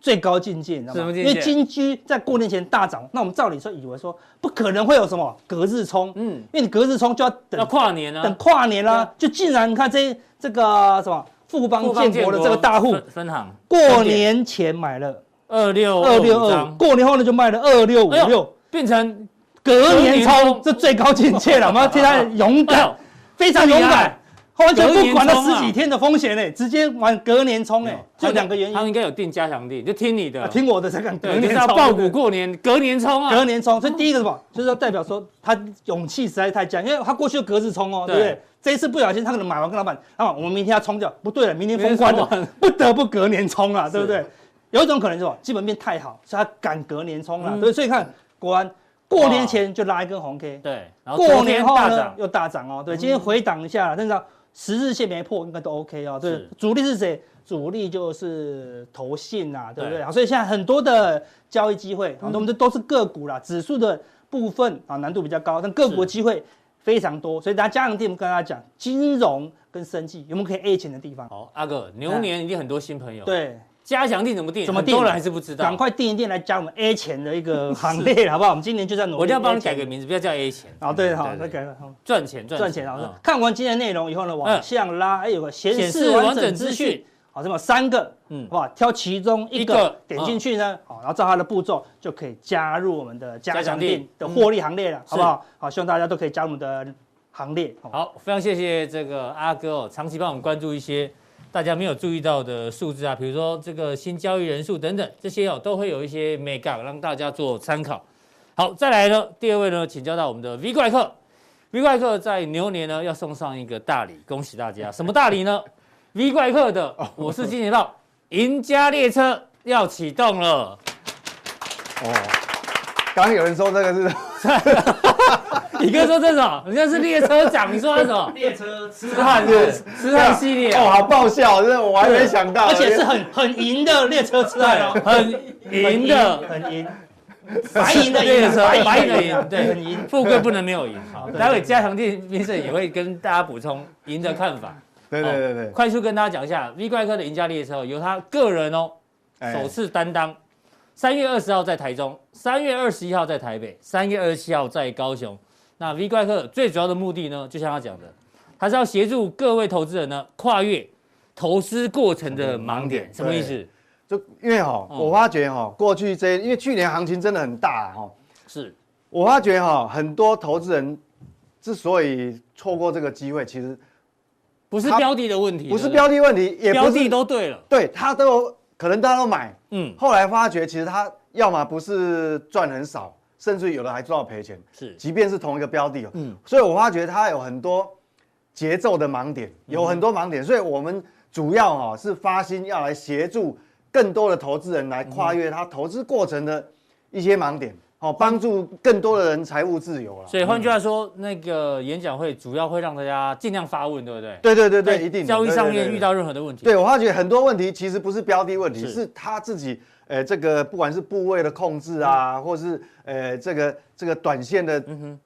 Speaker 2: 最高境界，你知道
Speaker 1: 什么
Speaker 2: 吗？
Speaker 1: 境
Speaker 2: 因
Speaker 1: 界
Speaker 2: 为金居在过年前大涨，那我们照理说以为说不可能会有什么隔日冲，
Speaker 1: 嗯
Speaker 2: 因为你隔日冲就要
Speaker 1: 要
Speaker 2: 等
Speaker 1: 跨年啊，
Speaker 2: 等跨年啦、
Speaker 1: 对
Speaker 2: 就竟然你看这这个什么富邦
Speaker 1: 富邦
Speaker 2: 建国的这个大户
Speaker 1: 分，分行
Speaker 2: 过年前买了
Speaker 1: 二六
Speaker 2: 二六二五，
Speaker 1: 张，
Speaker 2: 过年后呢就卖了二六五
Speaker 1: 哎
Speaker 2: 六
Speaker 1: 呦，变成
Speaker 2: 隔年
Speaker 1: 隔年
Speaker 2: 冲
Speaker 1: 冲，
Speaker 2: 这最高境界了，我们要替他勇
Speaker 1: 哎
Speaker 2: 敢
Speaker 1: 呦，
Speaker 2: 非常勇敢，完全不管那
Speaker 1: 隔年冲啊
Speaker 2: 十几天的风险呢，直接玩隔年冲哎，就两个原因
Speaker 1: 他，们应该有定加强地，就听你的
Speaker 2: 啊，听我的才敢隔
Speaker 1: 对，就
Speaker 2: 年
Speaker 1: 是要
Speaker 2: 冲，
Speaker 1: 爆股过年，隔年冲啊，
Speaker 2: 隔年冲，所以第一个是什么，就是说代表说他勇气实在太强，因为他过去就隔日冲哦，
Speaker 1: 对
Speaker 2: 对不对？这一次不小心，他可 能买完跟老板，啊，我们明天要冲掉，不对了，明天封关
Speaker 1: 明天封
Speaker 2: 了，不得不隔年冲了，对不对？有一种可能是什么基本面太好，所以它赶隔年冲啊
Speaker 1: 嗯
Speaker 2: 了，对不对？所以你看国安过年前就拉一根红 K，
Speaker 1: 对，然后
Speaker 2: 过
Speaker 1: 昨
Speaker 2: 年
Speaker 1: 天
Speaker 2: 后
Speaker 1: 大
Speaker 2: 呢
Speaker 1: 涨，嗯
Speaker 2: 又大涨哦，对，今天回档一下了，但是十日线没破，应该都 OK 哦。对
Speaker 1: 是，
Speaker 2: 主力是谁？主力就是投信啊，对不对？
Speaker 1: 对嗯
Speaker 2: 好所以现在很多的交易机会，啊，那我们这都是个股啦，指数的部分啊难度比较高，但个股的机会非常多，所以大家家长店我们跟大家讲，金融跟生技有没有可以 A 钱的地方？
Speaker 1: 好，阿哥，牛年一定很多新朋友，，
Speaker 2: 哎对，
Speaker 1: 加强定怎么定？
Speaker 2: 怎么定
Speaker 1: 很多人还是不知
Speaker 2: 赶
Speaker 1: 道。
Speaker 2: 快定一定来加我们 A 钱的 一个行列，好不好？我们今年就在努力。
Speaker 1: 我一定要帮你改个。名字，不要叫 A 钱。
Speaker 2: 啊，对，好，
Speaker 1: 对
Speaker 2: 那改了，好。
Speaker 1: 赚钱赚
Speaker 2: 赚钱啊！
Speaker 1: 嗯
Speaker 2: 看完今天的内容以后呢，往
Speaker 1: 嗯
Speaker 2: 下拉，哎，有个显
Speaker 1: 显
Speaker 2: 示
Speaker 1: 示
Speaker 2: 完
Speaker 1: 完
Speaker 2: 整
Speaker 1: 整
Speaker 2: 资
Speaker 1: 资
Speaker 2: 讯
Speaker 1: 讯，
Speaker 2: 好，这么三个，嗯
Speaker 1: 嗯，
Speaker 2: 好不好？挑其中一
Speaker 1: 一
Speaker 2: 个
Speaker 1: 个
Speaker 2: 点进去呢，好，然后照它的步骤就可以加入我们的加
Speaker 1: 加
Speaker 2: 强
Speaker 1: 强
Speaker 2: 店
Speaker 1: 店
Speaker 2: 的
Speaker 1: 嗯
Speaker 2: 获利行列了，好
Speaker 1: 是
Speaker 2: 不好？好，希望大家都可以加入我们的行列。哦好
Speaker 1: 好，非常谢谢这个阿哥哦，长期帮我们关注一些大家没有注意到的数字啊，比如说这个新交易人数等等，这些哦都会有一些美感让大家做参考。好，再来呢，第二位呢，请教到我们的 V 怪客，V 怪客在牛年呢要送上一个大礼，恭喜大家！什么大礼呢？V 怪客的《我是金钱豹》赢家列车要启动了，
Speaker 4: 哦，刚刚有人说这个是
Speaker 1: 你哥说这是什么？人家是列车长，你说他什么？
Speaker 2: 列车
Speaker 1: 痴汉是痴汉系列啊
Speaker 4: 哦，好爆笑，真的我还没想到，
Speaker 2: 而且是很很赢的列车车来哦，
Speaker 1: 很赢的，
Speaker 2: 很赢，白银的赢啊，
Speaker 1: 白
Speaker 2: 白银
Speaker 1: 银
Speaker 2: 的
Speaker 1: 的
Speaker 2: 赢
Speaker 1: 赢
Speaker 2: 啊，，
Speaker 1: 对，
Speaker 2: 很赢。
Speaker 1: 富贵不能没有赢。好，待会加强店先生也会跟大家补充赢的看法。
Speaker 4: 对对对对，
Speaker 1: 快速跟大家讲一下，V 怪客的赢家列车哦由他个人哦
Speaker 4: 哎
Speaker 1: 首次担当，三月二十号在台中，三月二十一号在台北，三月二十七号在高雄。那 V 怪客最主要的目的呢，就像他讲的，他是要协助各位投资人呢跨越投资过程的盲点，什么意思？
Speaker 4: 就因为哈，
Speaker 1: 嗯
Speaker 4: 我发觉哈，过去这因为去年行情真的很大哈，
Speaker 1: 是
Speaker 4: 我发觉哈，很多投资人之所以错过这个机会，其实
Speaker 1: 不是
Speaker 4: 他
Speaker 1: 标的的问题？
Speaker 4: 不是
Speaker 1: 对对
Speaker 4: 标的问题，也
Speaker 1: 标
Speaker 4: 不
Speaker 1: 的
Speaker 4: 是
Speaker 1: 都对了，
Speaker 4: 对他都有可能大家都买，
Speaker 1: 嗯，
Speaker 4: 后来发觉其实他要么不是赚很少，甚至有的还赚到赔钱，
Speaker 1: 是
Speaker 4: 即便是同一个标的，
Speaker 1: 嗯
Speaker 4: 嗯，所以我发觉它有很多节奏的盲点，
Speaker 1: 嗯
Speaker 4: 有很多盲点，所以我们主要哈、是发心要来协助更多的投资人来跨越他投资过程的一些盲点，好、帮助更多的人财务自由了。
Speaker 1: 所以换句话说，那个演讲会主要会让大家尽量发问，对不对？
Speaker 4: 对对对对，一定的
Speaker 1: 交易上
Speaker 4: 对对
Speaker 1: 面
Speaker 4: 对
Speaker 1: 遇到任何的问题，
Speaker 4: 对我发觉很多问题其实不是标的问题，
Speaker 1: 是
Speaker 4: 是他自己呃这个不管是部位的控制啊，
Speaker 1: 嗯
Speaker 4: 或是呃这个这个短线的、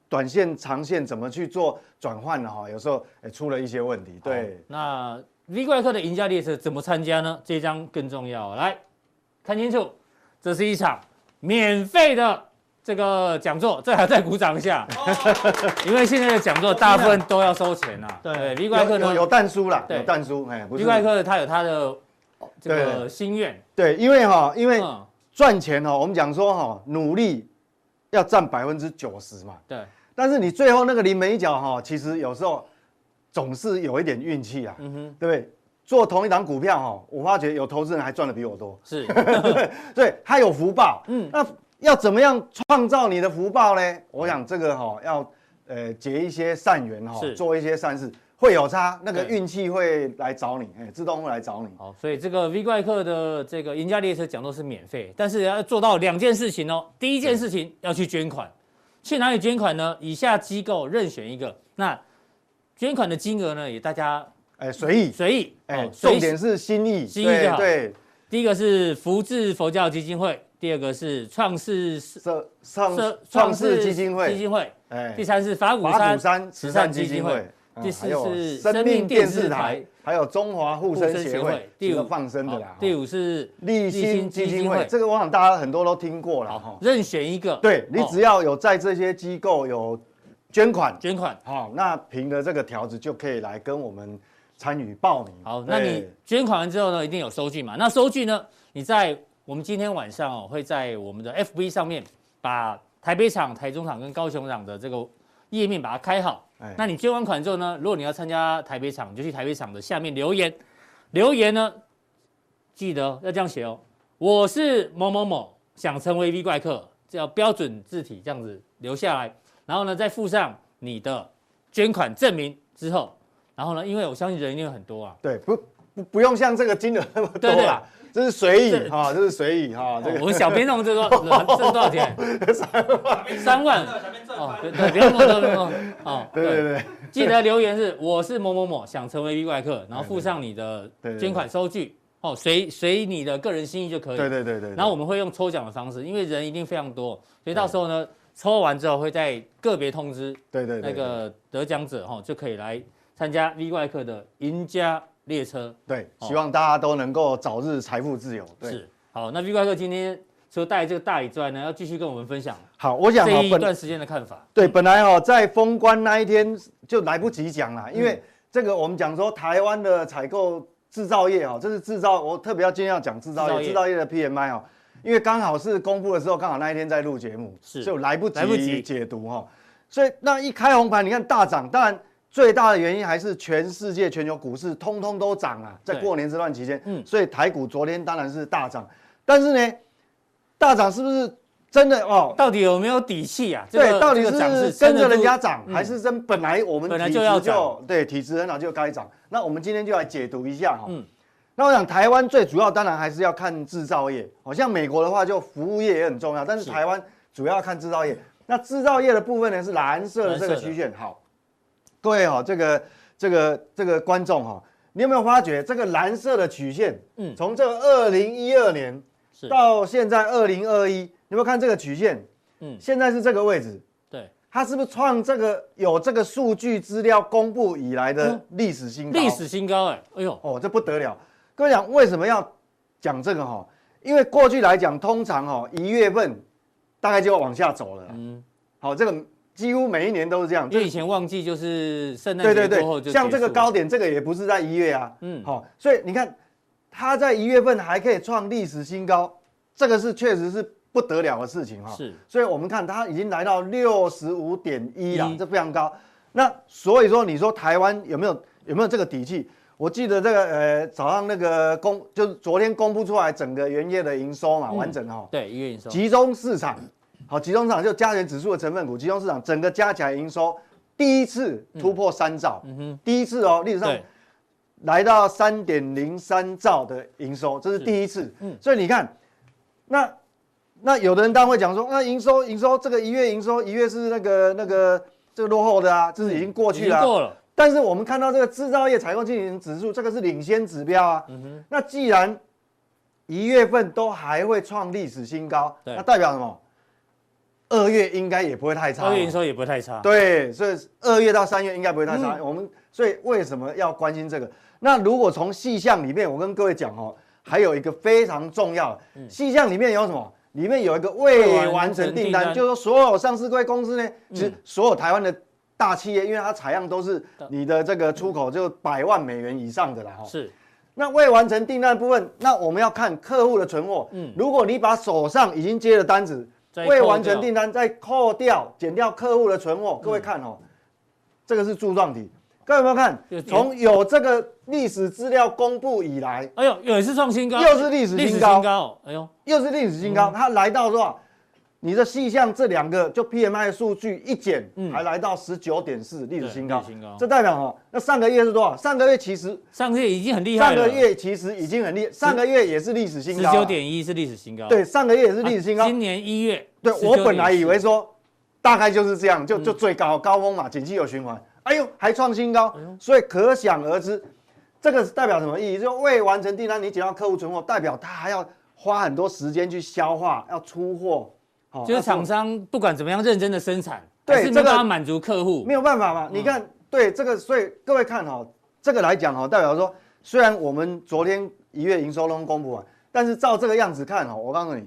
Speaker 4: 短线、长线怎么去做转换的哈，有时候、呃、出了一些问题。对，
Speaker 1: 那 V 怪客的赢家列车怎么参加呢？这一张更重要哦，来看清楚，这是一场免费的这个讲座，这还要再鼓掌一下，因为现在的讲座大部分都要收钱啊。
Speaker 2: 对
Speaker 1: ，V
Speaker 4: 有
Speaker 1: 怪客
Speaker 4: 有有
Speaker 1: 呢
Speaker 4: 蛋书啦，
Speaker 1: 对
Speaker 4: 有蛋书，哎，不
Speaker 1: ，V
Speaker 4: 是
Speaker 1: 怪客他有他的这
Speaker 4: 对
Speaker 1: 个心愿，
Speaker 4: 对，因为哈，因为
Speaker 1: 嗯，
Speaker 4: 赚钱哈，我们讲说哈，努力要占百分之九十嘛，
Speaker 1: 对，
Speaker 4: 但是你最后那个临门一脚哈，其实有时候总是有一点运气啊，
Speaker 1: 嗯哼，
Speaker 4: 对不对？做同一档股票哈，我发觉有投资人还赚的比我多，
Speaker 1: 是，
Speaker 4: 对他有福报。
Speaker 1: 嗯
Speaker 4: 嗯，那要怎么样创造你的福报呢？我想这个哈、要呃结一些善缘哈、
Speaker 1: 是
Speaker 4: 做一些善事会有差，那个
Speaker 1: 对
Speaker 4: 运气会来找你，哎，自动会来找你。
Speaker 1: 好，所以这个 V 怪客的这个赢家列车讲座是免费，但是要做到两件事情哦。第一件事情要去捐款，去哪里捐款呢？以下机构任选一个。那捐款的金额呢，也大家
Speaker 4: 哎，随意，
Speaker 1: 随意。
Speaker 4: 哎，
Speaker 1: 哦随
Speaker 4: 重
Speaker 1: 意
Speaker 4: 点是心意，
Speaker 1: 心意就
Speaker 4: 对
Speaker 1: 好
Speaker 4: 对，
Speaker 1: 第一个是福智佛教基金会，第二个是创世
Speaker 4: 社创
Speaker 1: 社
Speaker 4: 创世基金
Speaker 1: 基
Speaker 4: 会，
Speaker 1: 金会，
Speaker 4: 哎
Speaker 1: 第，三是法鼓
Speaker 4: 法
Speaker 1: 山
Speaker 4: 鼓山慈善基金会。
Speaker 1: 第
Speaker 4: 嗯
Speaker 1: 四
Speaker 4: 还有
Speaker 1: 是
Speaker 4: 生
Speaker 1: 生命
Speaker 4: 命电
Speaker 1: 电视
Speaker 4: 视台
Speaker 1: 台，
Speaker 4: 还有中华护生协会，
Speaker 1: 第
Speaker 4: 这个
Speaker 1: 五
Speaker 4: 放生的啦哦
Speaker 1: 好。第五是
Speaker 4: 立新基金会，这个我想大家很多都听过了
Speaker 1: 好
Speaker 4: 哈，。
Speaker 1: 任选一个。
Speaker 4: 对你
Speaker 1: 哦
Speaker 4: 只要有在这些机构有捐款，
Speaker 1: 捐款。
Speaker 4: 好，那凭着这个条子就可以来跟我们参与报名。
Speaker 1: 好，那你
Speaker 4: 对
Speaker 1: 捐款完之后呢，一定有收据嘛？那收据呢，你在我们今天晚上哦，会在我们的 FB 上面把台北场、台中场跟高雄场的这个页面把它开好。
Speaker 4: 哎
Speaker 1: 那你捐完款之后呢，如果你要参加台北场，你就去台北场的下面留言，留言呢，记得哦要这样写哦，我是某某某，想成为 V 怪客，这要标准字体这样子留下来，然后呢，再附上你的捐款证明之后，然后呢，因为我相信人一定有很多啊。
Speaker 4: 对不不不用像这个金额那么多啦，这是随意哈，这是随意哈，这
Speaker 1: 哦我
Speaker 4: 个
Speaker 1: 们小编弄这 多挣多少钱？三万。
Speaker 2: 小编赚
Speaker 1: 哦，
Speaker 2: 翻
Speaker 1: 对对，不用弄，不用弄。哦，
Speaker 4: 对对对，
Speaker 1: 记得留言是我是某某某，想成为 V 怪客，然后附上你的
Speaker 4: 对对对
Speaker 1: 捐款收据，哦，随随你的个人心意就可以。
Speaker 4: 对对对对。
Speaker 1: 然后我们会用抽奖的方式，因为人一定非常多，所以到时候呢，抽完之后会再个别通知
Speaker 4: 对对对
Speaker 1: 那个得奖者哈，就可以来参加 V 怪客的赢家列车。
Speaker 4: 对，
Speaker 1: 哦
Speaker 4: 希望大家都能够早日财富自由。对，
Speaker 1: 是，好，那 V 怪客今天除了带来这个大礼之外呢，要继续跟我们分享
Speaker 4: 好，我想
Speaker 1: 这
Speaker 4: 哦
Speaker 1: 一
Speaker 4: 本
Speaker 1: 段嗯时间的看法。
Speaker 4: 对本来哦在封关那一天就来不及讲
Speaker 1: 嗯
Speaker 4: 啦，因为这个我们讲说台湾的采购制造业哦，这是制造，我特别要今天要讲制造
Speaker 1: 制造
Speaker 4: 业，
Speaker 1: 业
Speaker 4: 制造业的 PMI 哦，因为刚好是公布的时候，刚好那一天在录节目，
Speaker 1: 是
Speaker 4: 所以我来不及
Speaker 1: 来不及
Speaker 4: 解读哈、哦，所以那一开红盘，你看大涨，当然。最大的原因还是全世界全球股市通通都涨啊，在
Speaker 1: 对
Speaker 4: 过年这段期间，
Speaker 1: 嗯
Speaker 4: 所以台股昨天当然是大涨，但是呢，大涨是不是真的哦？
Speaker 1: 到底有没有底气啊？这个
Speaker 4: 对，到底
Speaker 1: 这个涨
Speaker 4: 是
Speaker 1: 撑
Speaker 4: 跟
Speaker 1: 得
Speaker 4: 着人
Speaker 1: 住
Speaker 4: 家涨，
Speaker 1: 嗯
Speaker 4: 还是真本来我们
Speaker 1: 本来
Speaker 4: 体
Speaker 1: 就
Speaker 4: 质
Speaker 1: 要
Speaker 4: 就
Speaker 1: 涨
Speaker 4: 对体质很早就该涨？那我们今天就来解读一下哈。
Speaker 1: 嗯
Speaker 4: 那我想台湾最主要当然还是要看制造业，好像美国的话就服务业也很重要，但是
Speaker 1: 是
Speaker 4: 台湾主要看制造业。那制造业的部分呢是蓝色的这个
Speaker 1: 蓝色的
Speaker 4: 曲线，好，各位哈、这个这个这个观众哈、你有没有发觉这个蓝色的曲线？
Speaker 1: 嗯
Speaker 4: 嗯，从这二零一二年
Speaker 1: 是
Speaker 4: 到现在二零二一，你有没有看这个曲线？
Speaker 1: 嗯
Speaker 4: 嗯，现在是这个位置，
Speaker 1: 对
Speaker 4: 它是不是创这个有这个数据资料公布以来的
Speaker 1: 嗯
Speaker 4: 历史新高？
Speaker 1: 历史新高哎、哎呦，
Speaker 4: 哦，这不得了！各位讲为什么要讲这个哈、因为过去来讲，通常哦一月份大概就要往下走了啦。
Speaker 1: 嗯，
Speaker 4: 好、这个几乎每一年都是这样。
Speaker 1: 因为以前旺季就是圣诞
Speaker 4: 对对
Speaker 1: 节过后
Speaker 4: 对，
Speaker 1: 就
Speaker 4: 像
Speaker 1: 结
Speaker 4: 这个
Speaker 1: 束了
Speaker 4: 高，点，这个也不是在一月啊。
Speaker 1: 嗯，
Speaker 4: 好、所以你看它在一月份还可以创历史新高，这个是确实是不得了的事情哈、
Speaker 1: 是
Speaker 4: 所以我们看它已经来到六十五点一了
Speaker 1: 一，
Speaker 4: 这非常高。那所以说，你说台湾有没有有没有这个底气？我记得这个呃早上那个公就是昨天公布出来整个原业的营收嘛，
Speaker 1: 嗯
Speaker 4: 完整哈、哦，
Speaker 1: 对一月营收，
Speaker 4: 集中市场，好，集中市场就加权指数的成分股，集中市场整个加起来营收第一次突破三兆，
Speaker 1: 嗯哼，
Speaker 4: 第一次哦，历史上
Speaker 1: 对，
Speaker 4: 来到三点零三兆的营收，这是第一次。
Speaker 1: 嗯
Speaker 4: 所以你看，那那有的人当然会讲说，那营收营收这个一月营收一月是那个那个这个落后的啊，这是已经过
Speaker 1: 已
Speaker 4: 去
Speaker 1: 经
Speaker 4: 了啊、
Speaker 1: 过了，
Speaker 4: 但是我们看到这个制造业采购经理人指数，这个是领先指标啊。那既然一月份都还会创历史新高，
Speaker 1: 对
Speaker 4: 那代表什么？二月应该也不会太差哦。
Speaker 1: 二月营收也不太差，嗯
Speaker 4: 对，所以二月到三月应该不会太差。我们所以为什么要关心这个？那如果从细项里面，我跟各位讲哦，还有一个非常重要的
Speaker 1: 嗯
Speaker 4: 细项里面有什么？里面有一个未完成
Speaker 1: 未完成订
Speaker 4: 订单，
Speaker 1: 单嗯
Speaker 4: 就是说所有上市贵公司呢，其实所有台湾的大企业，因为它采样都是你的这个出口就百万美元以上的啦哈。
Speaker 1: 是
Speaker 4: 那未完成订单的部分，那我们要看客户的存货。
Speaker 1: 嗯
Speaker 4: 如果你把手上已经接的单子
Speaker 1: 再扣
Speaker 4: 未完成订单再扣掉，减掉客户的存货，
Speaker 1: 嗯
Speaker 4: 各位看哦，这个是柱状体。各位有没有看
Speaker 1: 有？
Speaker 4: 从有这个历史资料公布以来，
Speaker 1: 哎呦，又是创新高，
Speaker 4: 又是历史新高
Speaker 1: 历史新高，哎呦，
Speaker 4: 又是历史新
Speaker 1: 嗯
Speaker 4: 高，它来到多少？你的细项这两个就 PMI 数据一减，还来到十九点四，历史新高
Speaker 1: 嗯历史新高。
Speaker 4: 这代表哦，那上个月是多少？上个月其实
Speaker 1: 上个月已经很厉害
Speaker 4: 上
Speaker 1: 了，
Speaker 4: 个月其实已经很厉，上个月也是历史新
Speaker 1: 十
Speaker 4: 高啊，
Speaker 1: 九点一是历史新高，
Speaker 4: 对，
Speaker 1: 啊，
Speaker 4: 上个月也是历史新高。
Speaker 1: 今年一月，
Speaker 4: 对我本来以为
Speaker 1: 19.4
Speaker 4: 说大概就是这样，就
Speaker 1: 嗯
Speaker 4: 就最高高峰嘛，景气有循环。哎呦，还创新高，所以可想而知，这个是代表什么意义？就未完成订单，你减到客户存货，代表他还要花很多时间去消化，要出货，好
Speaker 1: 就是
Speaker 4: 要出货
Speaker 1: 厂商不管怎么样认真的生产，
Speaker 4: 对
Speaker 1: 还是没
Speaker 4: 这
Speaker 1: 有
Speaker 4: 个
Speaker 1: 办法满足客户，
Speaker 4: 没有办法嘛。
Speaker 1: 嗯
Speaker 4: 你看，对这个，所以各位看哦，这个来讲哦，代表说，虽然我们昨天一月营收都公布完，但是照这个样子看哦，我告诉你，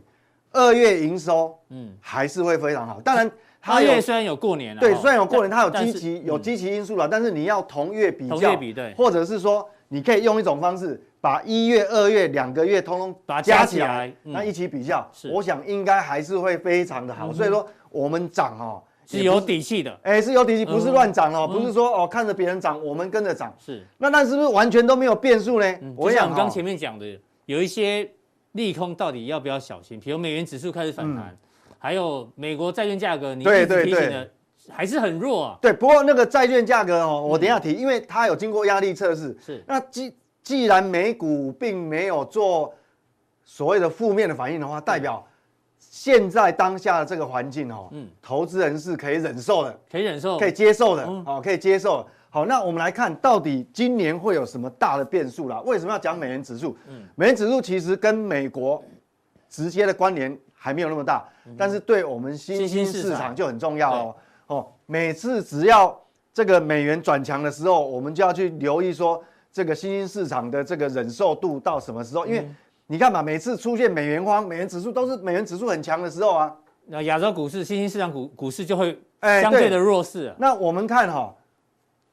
Speaker 4: 二月营收
Speaker 1: 嗯，
Speaker 4: 还是会非常好。当然，
Speaker 1: 二
Speaker 4: 它有
Speaker 1: 月虽然有过年啊，
Speaker 4: 对，
Speaker 1: 哦
Speaker 4: 虽然有过年，它有
Speaker 1: 但
Speaker 4: 积
Speaker 1: 是嗯
Speaker 4: 极有积极因素了，但是你要同月比较，
Speaker 1: 同月比对
Speaker 4: 或者是说你可以用一种方式把一月、二月两个月通通
Speaker 1: 把它加
Speaker 4: 加
Speaker 1: 起
Speaker 4: 起
Speaker 1: 来
Speaker 4: 来，
Speaker 1: 嗯
Speaker 4: 那一起比较
Speaker 1: 是，嗯
Speaker 4: 我想应该还是会非常的好。所以说我们涨哦
Speaker 1: 是有，底气的，
Speaker 4: 哎、是有底气，不是乱涨哦，
Speaker 1: 嗯
Speaker 4: 不是说哦看着别人涨我们跟着涨，
Speaker 1: 是，
Speaker 4: 那那是不是完全都没有变数呢？
Speaker 1: 嗯
Speaker 4: 我
Speaker 1: 就像我
Speaker 4: 想
Speaker 1: 们
Speaker 4: 哦
Speaker 1: 刚前面讲的，有一些利空到底要不要小心？比如美元指数开始反弹，还有美国债券价格，你一
Speaker 4: 嗯对
Speaker 1: 直
Speaker 4: 对
Speaker 1: 提醒
Speaker 4: 对
Speaker 1: 的还是很弱啊。嗯
Speaker 4: 对，不过那个债券价格哦，我等一下提，因为它有经过压力测试。
Speaker 1: 是
Speaker 4: 那基既然美股并没有做所谓的负面的反应的话，代表现在当下的这个环境哦，
Speaker 1: 嗯
Speaker 4: 投资人是可以忍受的，
Speaker 1: 可以忍受，
Speaker 4: 可以接受的，好、哦
Speaker 1: 嗯
Speaker 4: 可以接受的。好，那我们来看到底今年会有什么大的变数啦？为什么要讲美元指数？美元指数其实跟美国直接的关联还没有那么大，但是对我们新
Speaker 1: 新
Speaker 4: 兴
Speaker 1: 兴市
Speaker 4: 市
Speaker 1: 场
Speaker 4: 场就很重要哦。哦，每次只要这个美元转强的时候，我们就要去留意说这个新兴市场的这个忍受度到什么时候，因为你看嘛，每次出现美元荒、美元指数都是美元指数很强的时候啊。
Speaker 1: 那亚洲股市、新兴市场股股市就会
Speaker 4: 哎
Speaker 1: 相对的弱势啊了。
Speaker 4: 那我们看哈、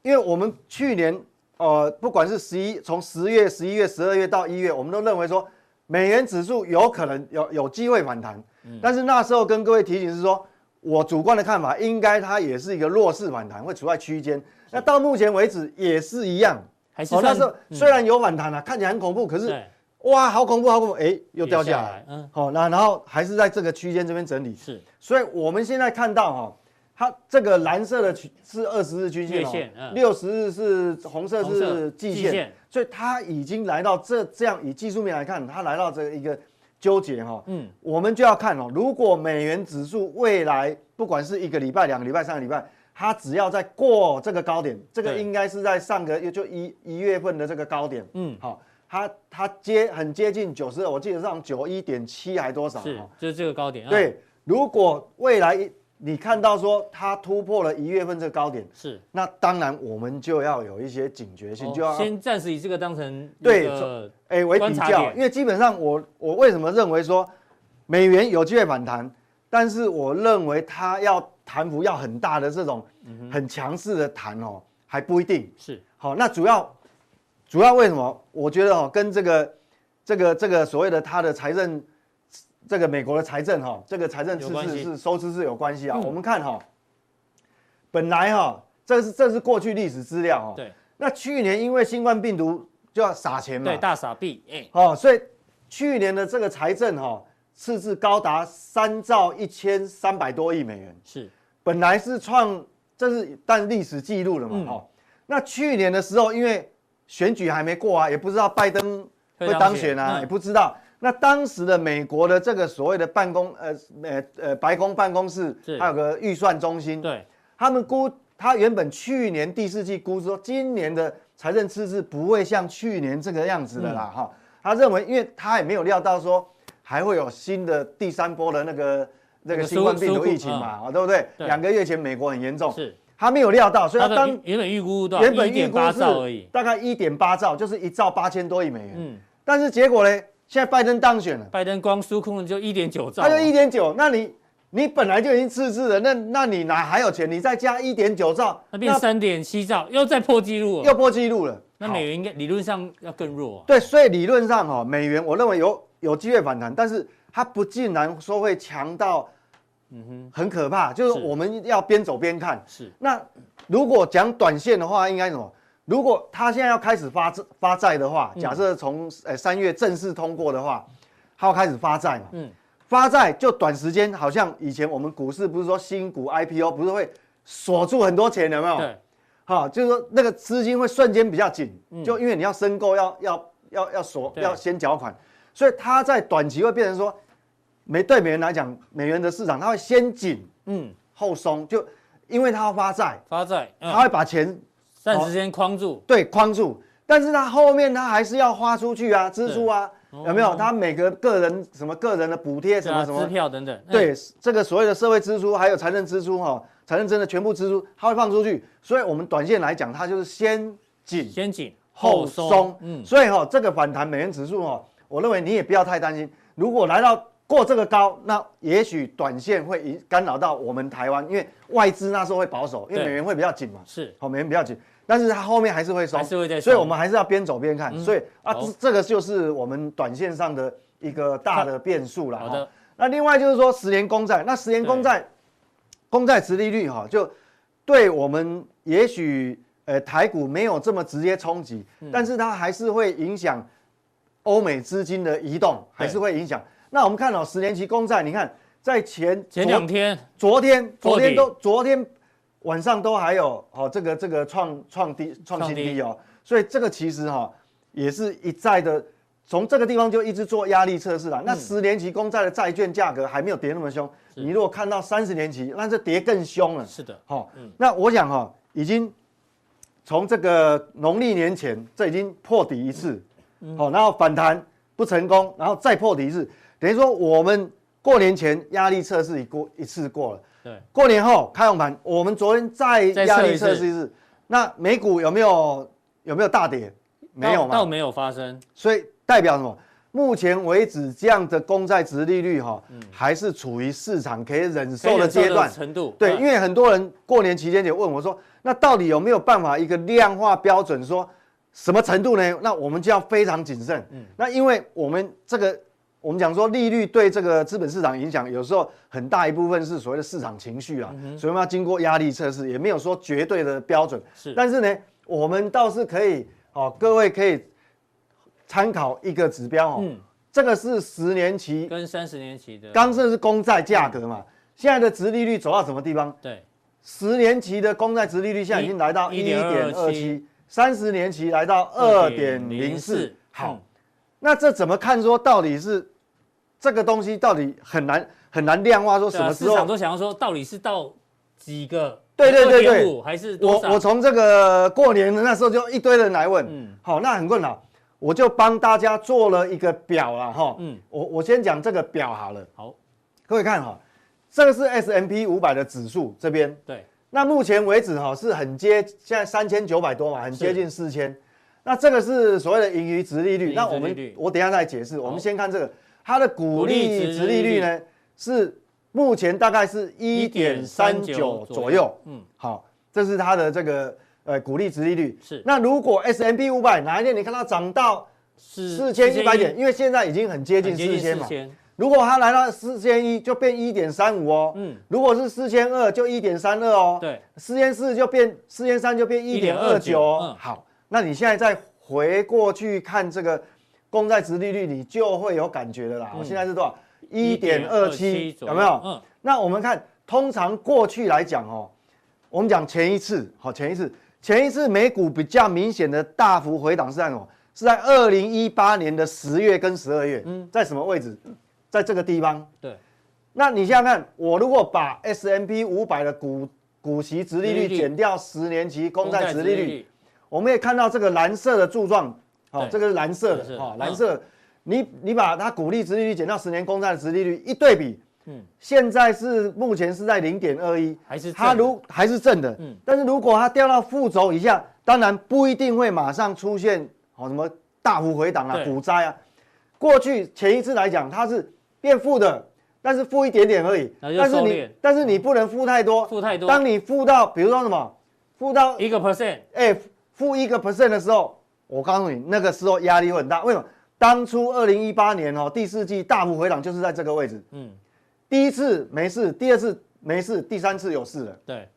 Speaker 4: 因为我们去年呃，不管是十一从十月、十一月、十二月到一月，我们都认为说美元指数有可能有有机会反弹，
Speaker 1: 嗯
Speaker 4: 但是那时候跟各位提醒是说，我主观的看法应该它也是一个弱势反弹，会处在区间。那到目前为止也是一样，
Speaker 1: 还是
Speaker 4: 哦，那
Speaker 1: 算
Speaker 4: 时候
Speaker 1: 嗯
Speaker 4: 虽然有反弹啊，看起来很恐怖，可是
Speaker 1: 对
Speaker 4: 哇，好恐怖，好恐怖，哎，又掉下
Speaker 1: 也
Speaker 4: 来。
Speaker 1: 嗯，
Speaker 4: 好、那然后还是在这个区间这边整理。
Speaker 1: 是
Speaker 4: 所以我们现在看到哈、它这个蓝色的区是二十日均
Speaker 1: 月线
Speaker 4: 线、哦，
Speaker 1: 嗯
Speaker 4: 六十、日是红色
Speaker 1: 红色
Speaker 4: 是季
Speaker 1: 季
Speaker 4: 线，
Speaker 1: 线
Speaker 4: 所以它已经来到这这样以技术面来看，它来到这一个纠结哈、
Speaker 1: 嗯
Speaker 4: 嗯，我们就要看哦，如果美元指数未来不管是一个礼拜、两个礼拜、三个礼拜，它只要在过这个高点，这个
Speaker 1: 对
Speaker 4: 应该是在上个月就一一月份的这个高点，
Speaker 1: 嗯
Speaker 4: 嗯，好、它它接很接近九十二，我记得上九一点七还多少、哦，
Speaker 1: 是，就是这个高点。嗯，
Speaker 4: 对，如果未来一你看到说它突破了一月份这个高点，
Speaker 1: 是。
Speaker 4: 那当然我们就要有一些警觉性，
Speaker 1: 哦
Speaker 4: 就要
Speaker 1: 先暂时以这个当成一
Speaker 4: 对
Speaker 1: 个
Speaker 4: 哎、为
Speaker 1: 观
Speaker 4: 比
Speaker 1: 察
Speaker 4: 较，
Speaker 1: 点
Speaker 4: 因为基本上我我为什么认为说美元有机会反弹，但是我认为它要弹幅要很大的这种
Speaker 1: 嗯
Speaker 4: 很强势的弹哦，还不一定。
Speaker 1: 是
Speaker 4: 好，那主要主要为什么？我觉得哦，跟这个这个这个所谓的它的财政，这个美国的财政哈、这个财政赤
Speaker 1: 有关系
Speaker 4: 字是收支是有关系啊。
Speaker 1: 嗯
Speaker 4: 我们看哈、本来哈、这是这是过去历史资料哦。
Speaker 1: 对
Speaker 4: 那去年因为新冠病毒就要撒钱嘛，
Speaker 1: 对大傻逼，哎，
Speaker 4: 哦，所以去年的这个财政哈、赤字高达三兆一千三百多亿美元。
Speaker 1: 是
Speaker 4: 本来是创，这是但历史记录了嘛，
Speaker 1: 嗯
Speaker 4: 哦，那去年的时候，因为选举还没过啊，也不知道拜登会当选啊，
Speaker 1: 嗯
Speaker 4: 也不知道。那当时的美国的这个所谓的办公，呃呃呃，白宫办公室
Speaker 1: 是，
Speaker 4: 还有个预算中心，，
Speaker 1: 对，
Speaker 4: 他们估，他原本去年第四季估说，今年的财政赤字不会像去年这个样子的
Speaker 1: 嗯
Speaker 4: 啦，哈、他认为，因为他也没有料到说还会有新的第三波的那个
Speaker 1: 那
Speaker 4: 那个
Speaker 1: 个
Speaker 4: 新冠
Speaker 1: 苏
Speaker 4: 病毒
Speaker 1: 苏
Speaker 4: 疫情嘛，啊，对不对？
Speaker 1: 对
Speaker 4: 两个月前美国很严重，
Speaker 1: 是
Speaker 4: 他没有料到，所以
Speaker 1: 它
Speaker 4: 他
Speaker 1: 的
Speaker 4: 啊当
Speaker 1: 原原本预估多少？
Speaker 4: 原本
Speaker 1: 一
Speaker 4: 预
Speaker 1: 点
Speaker 4: 估
Speaker 1: 八
Speaker 4: 是
Speaker 1: 兆而已。
Speaker 4: 大概一点八兆，就是一兆八千多亿美元，
Speaker 1: 嗯，
Speaker 4: 但是结果呢，现在拜登当选了。
Speaker 1: 拜登光纾困就一点九兆
Speaker 4: 他
Speaker 1: 啊，
Speaker 4: 就一点九，那你你本来就已经赤字了，那那你哪还有钱？你再加一点九兆，
Speaker 1: 那变三点七兆，又再破纪录
Speaker 4: 又
Speaker 1: 了。
Speaker 4: 破纪录了。
Speaker 1: 那
Speaker 4: 好
Speaker 1: 美元应该理论上要更弱啊。
Speaker 4: 对，所以理论上哈、哦，美元我认为有有机会反弹，但是它不竟然说会强到，嗯哼，很可怕。就是
Speaker 1: 是
Speaker 4: 我们要边走边看。
Speaker 1: 是
Speaker 4: 那如果讲短线的话，应该什么？如果它现在要开始发债发债的话，假设从呃三月正式通过的话，它要开始发债嘛？
Speaker 1: 嗯
Speaker 4: 嗯，发债就短时间，好像以前我们股市不是说新股 IPO 不是会锁住很多钱，有没有？
Speaker 1: 对，
Speaker 4: 好、就是说那个资金会瞬间比较紧，就因为你要申购要要要要锁
Speaker 1: 嗯对
Speaker 4: 要先缴款，所以它在短期会变成说，美对美元来讲，美元的市场它会先紧
Speaker 1: 嗯，
Speaker 4: 后松，就因为它要发债，
Speaker 1: 发债，
Speaker 4: 它
Speaker 1: 嗯，
Speaker 4: 会把钱
Speaker 1: 暂时先框住，
Speaker 4: 对框住，但是它后面它还是要花出去啊，支出啊，有没有？它每个个人什么个人的补贴
Speaker 1: 哦对
Speaker 4: 什
Speaker 1: 啊，
Speaker 4: 么什么
Speaker 1: 支，票等等。嗯，
Speaker 4: 对这个所谓的社会支出，还有财政支出哈、财政真的全部支出，它会放出去。所以我们短线来讲，它就是先紧
Speaker 1: 先紧
Speaker 4: 后松。
Speaker 1: 嗯，
Speaker 4: 所以哈、这个反弹美元指数哈、我认为你也不要太担心。如果来到过这个高，那也许短线会影干扰到我们台湾，因为外资那时候会保守，因为
Speaker 1: 对
Speaker 4: 美元会比较紧嘛。
Speaker 1: 是
Speaker 4: 好、美元比较紧，但是它后面还是会松，
Speaker 1: 还是会再
Speaker 4: 所以
Speaker 1: 松嗯
Speaker 4: 我们还是要边走边看。所以啊，
Speaker 1: 好
Speaker 4: 这这个就是我们短线上的一个大的变数了。
Speaker 1: 好
Speaker 4: 哈
Speaker 1: 的，
Speaker 4: 那另外就是说十年公债，那十年公债公债殖利率哈、就对我们也许呃台股没有这么直接冲击，
Speaker 1: 嗯
Speaker 4: 但是它还是会影响欧美资金的移动，还是会影响。那我们看到、十年期公债，你看在前
Speaker 1: 前
Speaker 4: 昨
Speaker 1: 两天
Speaker 4: 昨天
Speaker 1: 破
Speaker 4: 昨
Speaker 1: 底
Speaker 4: 天都昨天晚上都还有哦，这个这个创创低创
Speaker 1: 创
Speaker 4: 新
Speaker 1: 低
Speaker 4: 低哦，所以这个其实哈、也是一再的从这个地方就一直做压力测试了。
Speaker 1: 嗯
Speaker 4: 那十年期公债的债券价格还没有跌那么凶，你如果看到三十年期，那这跌更凶了。
Speaker 1: 是的，
Speaker 4: 好、那我想哈、已经从这个农历年前，这已经破底一次，好、然后反弹不成功，然后再破底一次，等于说我们过年前压力测试已过一次过了，
Speaker 1: 对，
Speaker 4: 过年后开红盘，我们昨天再
Speaker 1: 再
Speaker 4: 压
Speaker 1: 测
Speaker 4: 力
Speaker 1: 一
Speaker 4: 测
Speaker 1: 次
Speaker 4: 试一次，那美股有没有有没有大跌？没有
Speaker 1: 倒倒
Speaker 4: 嘛，
Speaker 1: 没有发生，
Speaker 4: 所以代表什么？目前为止，这样的公债值利率哈、还是处于市场可以忍受的阶段，
Speaker 1: 程度，
Speaker 4: 对，因为很多人过年期间也问我说，那到底有没有办法一个量化标准说什么程度呢？那我们就要非常谨慎。那因为我们这个我们讲说利率对这个资本市场影响，有时候很大一部分是所谓的市场情绪啊，所以我们要经过压力测试，也没有说绝对的标准。
Speaker 1: 是
Speaker 4: 但是呢，我们倒是可以哦，各位可以参考一个指标哦，
Speaker 1: 嗯
Speaker 4: 这个是十年期
Speaker 1: 跟三十年期的
Speaker 4: 刚这是公债价格嘛，现在的殖利率走到什么地方？
Speaker 1: 对
Speaker 4: 十年期的公债殖利率现在已经来到
Speaker 1: 一
Speaker 4: 一
Speaker 1: 点
Speaker 4: 点
Speaker 1: 二
Speaker 4: 二
Speaker 1: 七
Speaker 4: 七，三十年期来到二点零四。
Speaker 1: 嗯
Speaker 4: 好，那这怎么看？说到底是这个东西到底很难很难量化，说
Speaker 1: 什
Speaker 4: 什
Speaker 1: 么
Speaker 4: 么
Speaker 1: 啊市
Speaker 4: 时
Speaker 1: 场
Speaker 4: 候？
Speaker 1: 都想要说，到底是到几个？
Speaker 4: 对对对对
Speaker 1: 2.5还是多
Speaker 4: 我
Speaker 1: 少？
Speaker 4: 我从这个过年的那时候就一堆人来问，
Speaker 1: 嗯
Speaker 4: 好，那很困扰，我就帮大家做了一个表了哈，
Speaker 1: 嗯
Speaker 4: 我我先讲这个表好了，
Speaker 1: 好，
Speaker 4: 各位看哈，这个是 S M P 五百的指数这边，
Speaker 1: 对，
Speaker 4: 那目前为止哈、是很接，现在三千九百多嘛，很接近四千。那这个是所谓的盈余值利率。
Speaker 1: 盈余
Speaker 4: 那我
Speaker 1: 殖利率
Speaker 4: 们我等一下再解释。我们先看这个，它的股
Speaker 1: 股利
Speaker 4: 利
Speaker 1: 殖
Speaker 4: 值
Speaker 1: 利
Speaker 4: 利
Speaker 1: 率
Speaker 4: 率呢是目前大概是一点三九左右。
Speaker 1: 嗯
Speaker 4: 嗯，好，这是它的这个呃股利值利率。
Speaker 1: 是
Speaker 4: 那如果 S M P 五百哪一天你看它涨到
Speaker 1: 是
Speaker 4: 四千一百点，，因为现在已经很接近
Speaker 1: 很接
Speaker 4: 四
Speaker 1: 近
Speaker 4: 千
Speaker 1: 四
Speaker 4: 嘛。
Speaker 1: 千，
Speaker 4: 如果它来到四千一，就变一点三五哦。
Speaker 1: 嗯
Speaker 4: 嗯，如果是四千二，就一点三二哦。
Speaker 1: 对，
Speaker 4: 四千四就变四千三就变一点二
Speaker 1: 1.29
Speaker 4: 九
Speaker 1: 嗯
Speaker 4: 哦。好，那你现在再回过去看这个公债值利率，你就会有感觉的啦。现在是多少？嗯一点二七，
Speaker 1: 左右
Speaker 4: 有没有？
Speaker 1: 嗯，
Speaker 4: 那我们看，通常过去来讲哦，我们讲前一次，好，前一次，前一次美股比较明显的大幅回档是在什么？是在二零一八年的十月跟十二月，嗯，在什么位置？在这个地方。
Speaker 1: 对，
Speaker 4: 那你想想看，我如果把 S M P 五百的股股息值利
Speaker 1: 殖利
Speaker 4: 率
Speaker 1: 率
Speaker 4: 减掉十年期公债值利
Speaker 1: 公
Speaker 4: 率，，我们也看到这个蓝色的柱状，好、
Speaker 1: 对
Speaker 4: 这个是蓝色的
Speaker 1: 是，
Speaker 4: 好、
Speaker 1: 嗯
Speaker 4: 蓝色的，你你把它股利值利率减到十年公债的值利率一对比，
Speaker 1: 嗯
Speaker 4: 嗯，现在是目前是在零点二一，
Speaker 1: 还是
Speaker 4: 它
Speaker 1: 正的
Speaker 4: 如还是正的，
Speaker 1: 嗯
Speaker 4: 嗯，但是如果它掉到负轴以下，当然不一定会马上出现好、什么大幅回档啊
Speaker 1: 对、
Speaker 4: 股灾啊。过去前一次来讲，它是变负的，但是负一点点而已，
Speaker 1: 然后就
Speaker 4: 但是
Speaker 1: 收
Speaker 4: 你
Speaker 1: 敛
Speaker 4: 但是你不能负太多，
Speaker 1: 嗯负太多
Speaker 4: 当你负到比如说什么，负到
Speaker 1: 一个 percent，
Speaker 4: 哎，负一个 percent 的时候，我告诉你，那个时候压力会很大。为什么？当初二零一八年哦，第四季大幅回档就是在这个位置。
Speaker 1: 嗯，
Speaker 4: 第一次没事，第二次没事，第三次有事了。
Speaker 1: 对，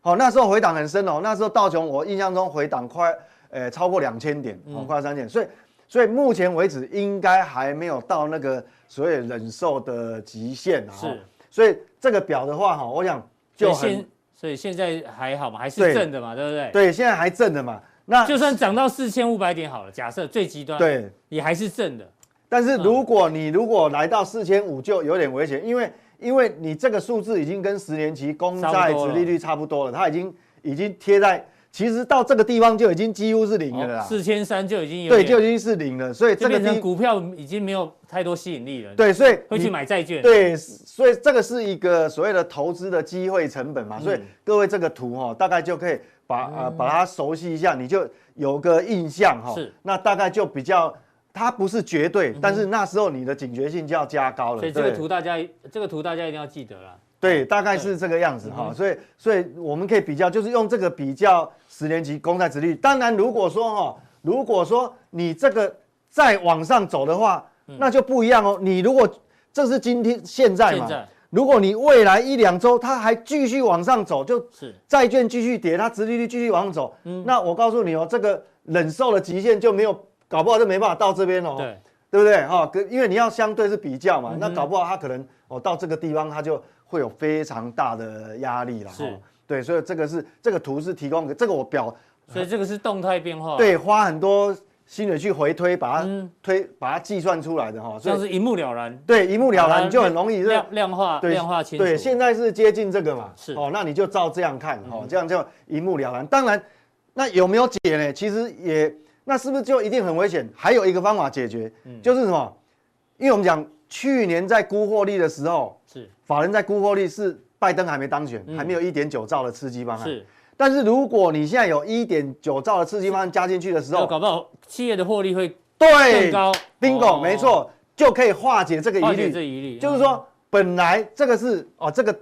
Speaker 4: 好、那时候回档很深哦，那时候道琼我印象中回档快，呃，超过两千点，
Speaker 1: 嗯
Speaker 4: 哦，快三千，所以所以目前为止应该还没有到那个所谓忍受的极限啊。
Speaker 1: 是
Speaker 4: 哦所以这个表的话哈、我想
Speaker 1: 所
Speaker 4: 就
Speaker 1: 以
Speaker 4: 很
Speaker 1: 现所以现在还好嘛，还是
Speaker 4: 对
Speaker 1: 正的嘛，对不对？
Speaker 4: 对，现在还正的嘛。那
Speaker 1: 就算涨到四千五百点好了，假设最极端，，
Speaker 4: 对，
Speaker 1: 也还是正的，
Speaker 4: 但
Speaker 1: 嗯
Speaker 4: 是如果你如果来到四千五就有点危险，因为因为你这个数字已经跟十年期公
Speaker 1: 差
Speaker 4: 债
Speaker 1: 不多
Speaker 4: 值
Speaker 1: 了
Speaker 4: 利率差不多了，它已经已经贴在，其实到这个地方就已经几乎是零了啦，
Speaker 1: 四千三就已经有
Speaker 4: 对，
Speaker 1: 点
Speaker 4: 就已经是零了，所以
Speaker 1: 就
Speaker 4: 这个
Speaker 1: 变成
Speaker 4: 地
Speaker 1: 股票已经没有太多吸引力了，，
Speaker 4: 对，所以
Speaker 1: 会去
Speaker 4: 你
Speaker 1: 买债券，
Speaker 4: 对，所以这个是一个所谓的投资的机会成本
Speaker 1: 嗯
Speaker 4: 嘛，所以各位这个图哈、大概就可以把呃把它熟悉一下，你就有个印象哈、
Speaker 1: 是嗯
Speaker 4: 那大概就比较。它不是绝对，但是那时候你的警觉性就要加高了。
Speaker 1: 所以这个
Speaker 4: 对
Speaker 1: 图大家这个图大家一定要记得啦。
Speaker 4: 对，大概是这个样子
Speaker 1: 嗯
Speaker 4: 哈、所以所以我们可以比较，就是用这个比较十年期公债殖利率。当然，如果说哈、如果说你这个再往上走的话，
Speaker 1: 嗯
Speaker 4: 那就不一样哦。你如果这是今天现在嘛
Speaker 1: 现在
Speaker 4: 如果你未来一两周它还继续往上走，就是债券继续跌，它殖利率继续往上走，
Speaker 1: 嗯
Speaker 4: 那我告诉你哦，这个忍受的极限就没有，搞不好就没办法到这边哦。
Speaker 1: 对，
Speaker 4: 对不对？哈、跟因为你要相对是比较嘛，
Speaker 1: 嗯
Speaker 4: 那搞不好他可能哦到这个地方他就会有非常大的压力了。
Speaker 1: 是
Speaker 4: 哦对，所以这个是这个图是提供给这个我表
Speaker 1: 所以这个是动态变化，
Speaker 4: 对花很多心里去回推，把它推，把它计算出来的哈。
Speaker 1: 这
Speaker 4: 所
Speaker 1: 样嗯
Speaker 4: 以
Speaker 1: 是一目了然，
Speaker 4: 对，一目了
Speaker 1: 把它
Speaker 4: 然，你就很容易
Speaker 1: 量量化
Speaker 4: 对
Speaker 1: 量化清楚。
Speaker 4: 对，现在是接近这个嘛，
Speaker 1: 是嗯
Speaker 4: 哦，那你就照这样看，哦，这样就一目了然。当然，那有没有解呢？其实也，那是不是就一定很危险？还有一个方法解决，
Speaker 1: 嗯
Speaker 4: 就是什么？因为我们讲去年在估获利的时候，
Speaker 1: 是
Speaker 4: 法人在估获利是拜登还没当选，还没有一点九兆的刺激方案。
Speaker 1: 嗯是，
Speaker 4: 但是如果你现在有一点九兆的刺激方案加进去的时
Speaker 1: 那
Speaker 4: 候，
Speaker 1: 搞不好企业的获利会更
Speaker 4: 对
Speaker 1: 高。
Speaker 4: 哎，bingo，、
Speaker 1: 哦
Speaker 4: 没，错，就可以化解这个疑
Speaker 1: 化
Speaker 4: 虑
Speaker 1: 解。这疑虑，
Speaker 4: 就是
Speaker 1: 嗯
Speaker 4: 说，本来这个是哦，这个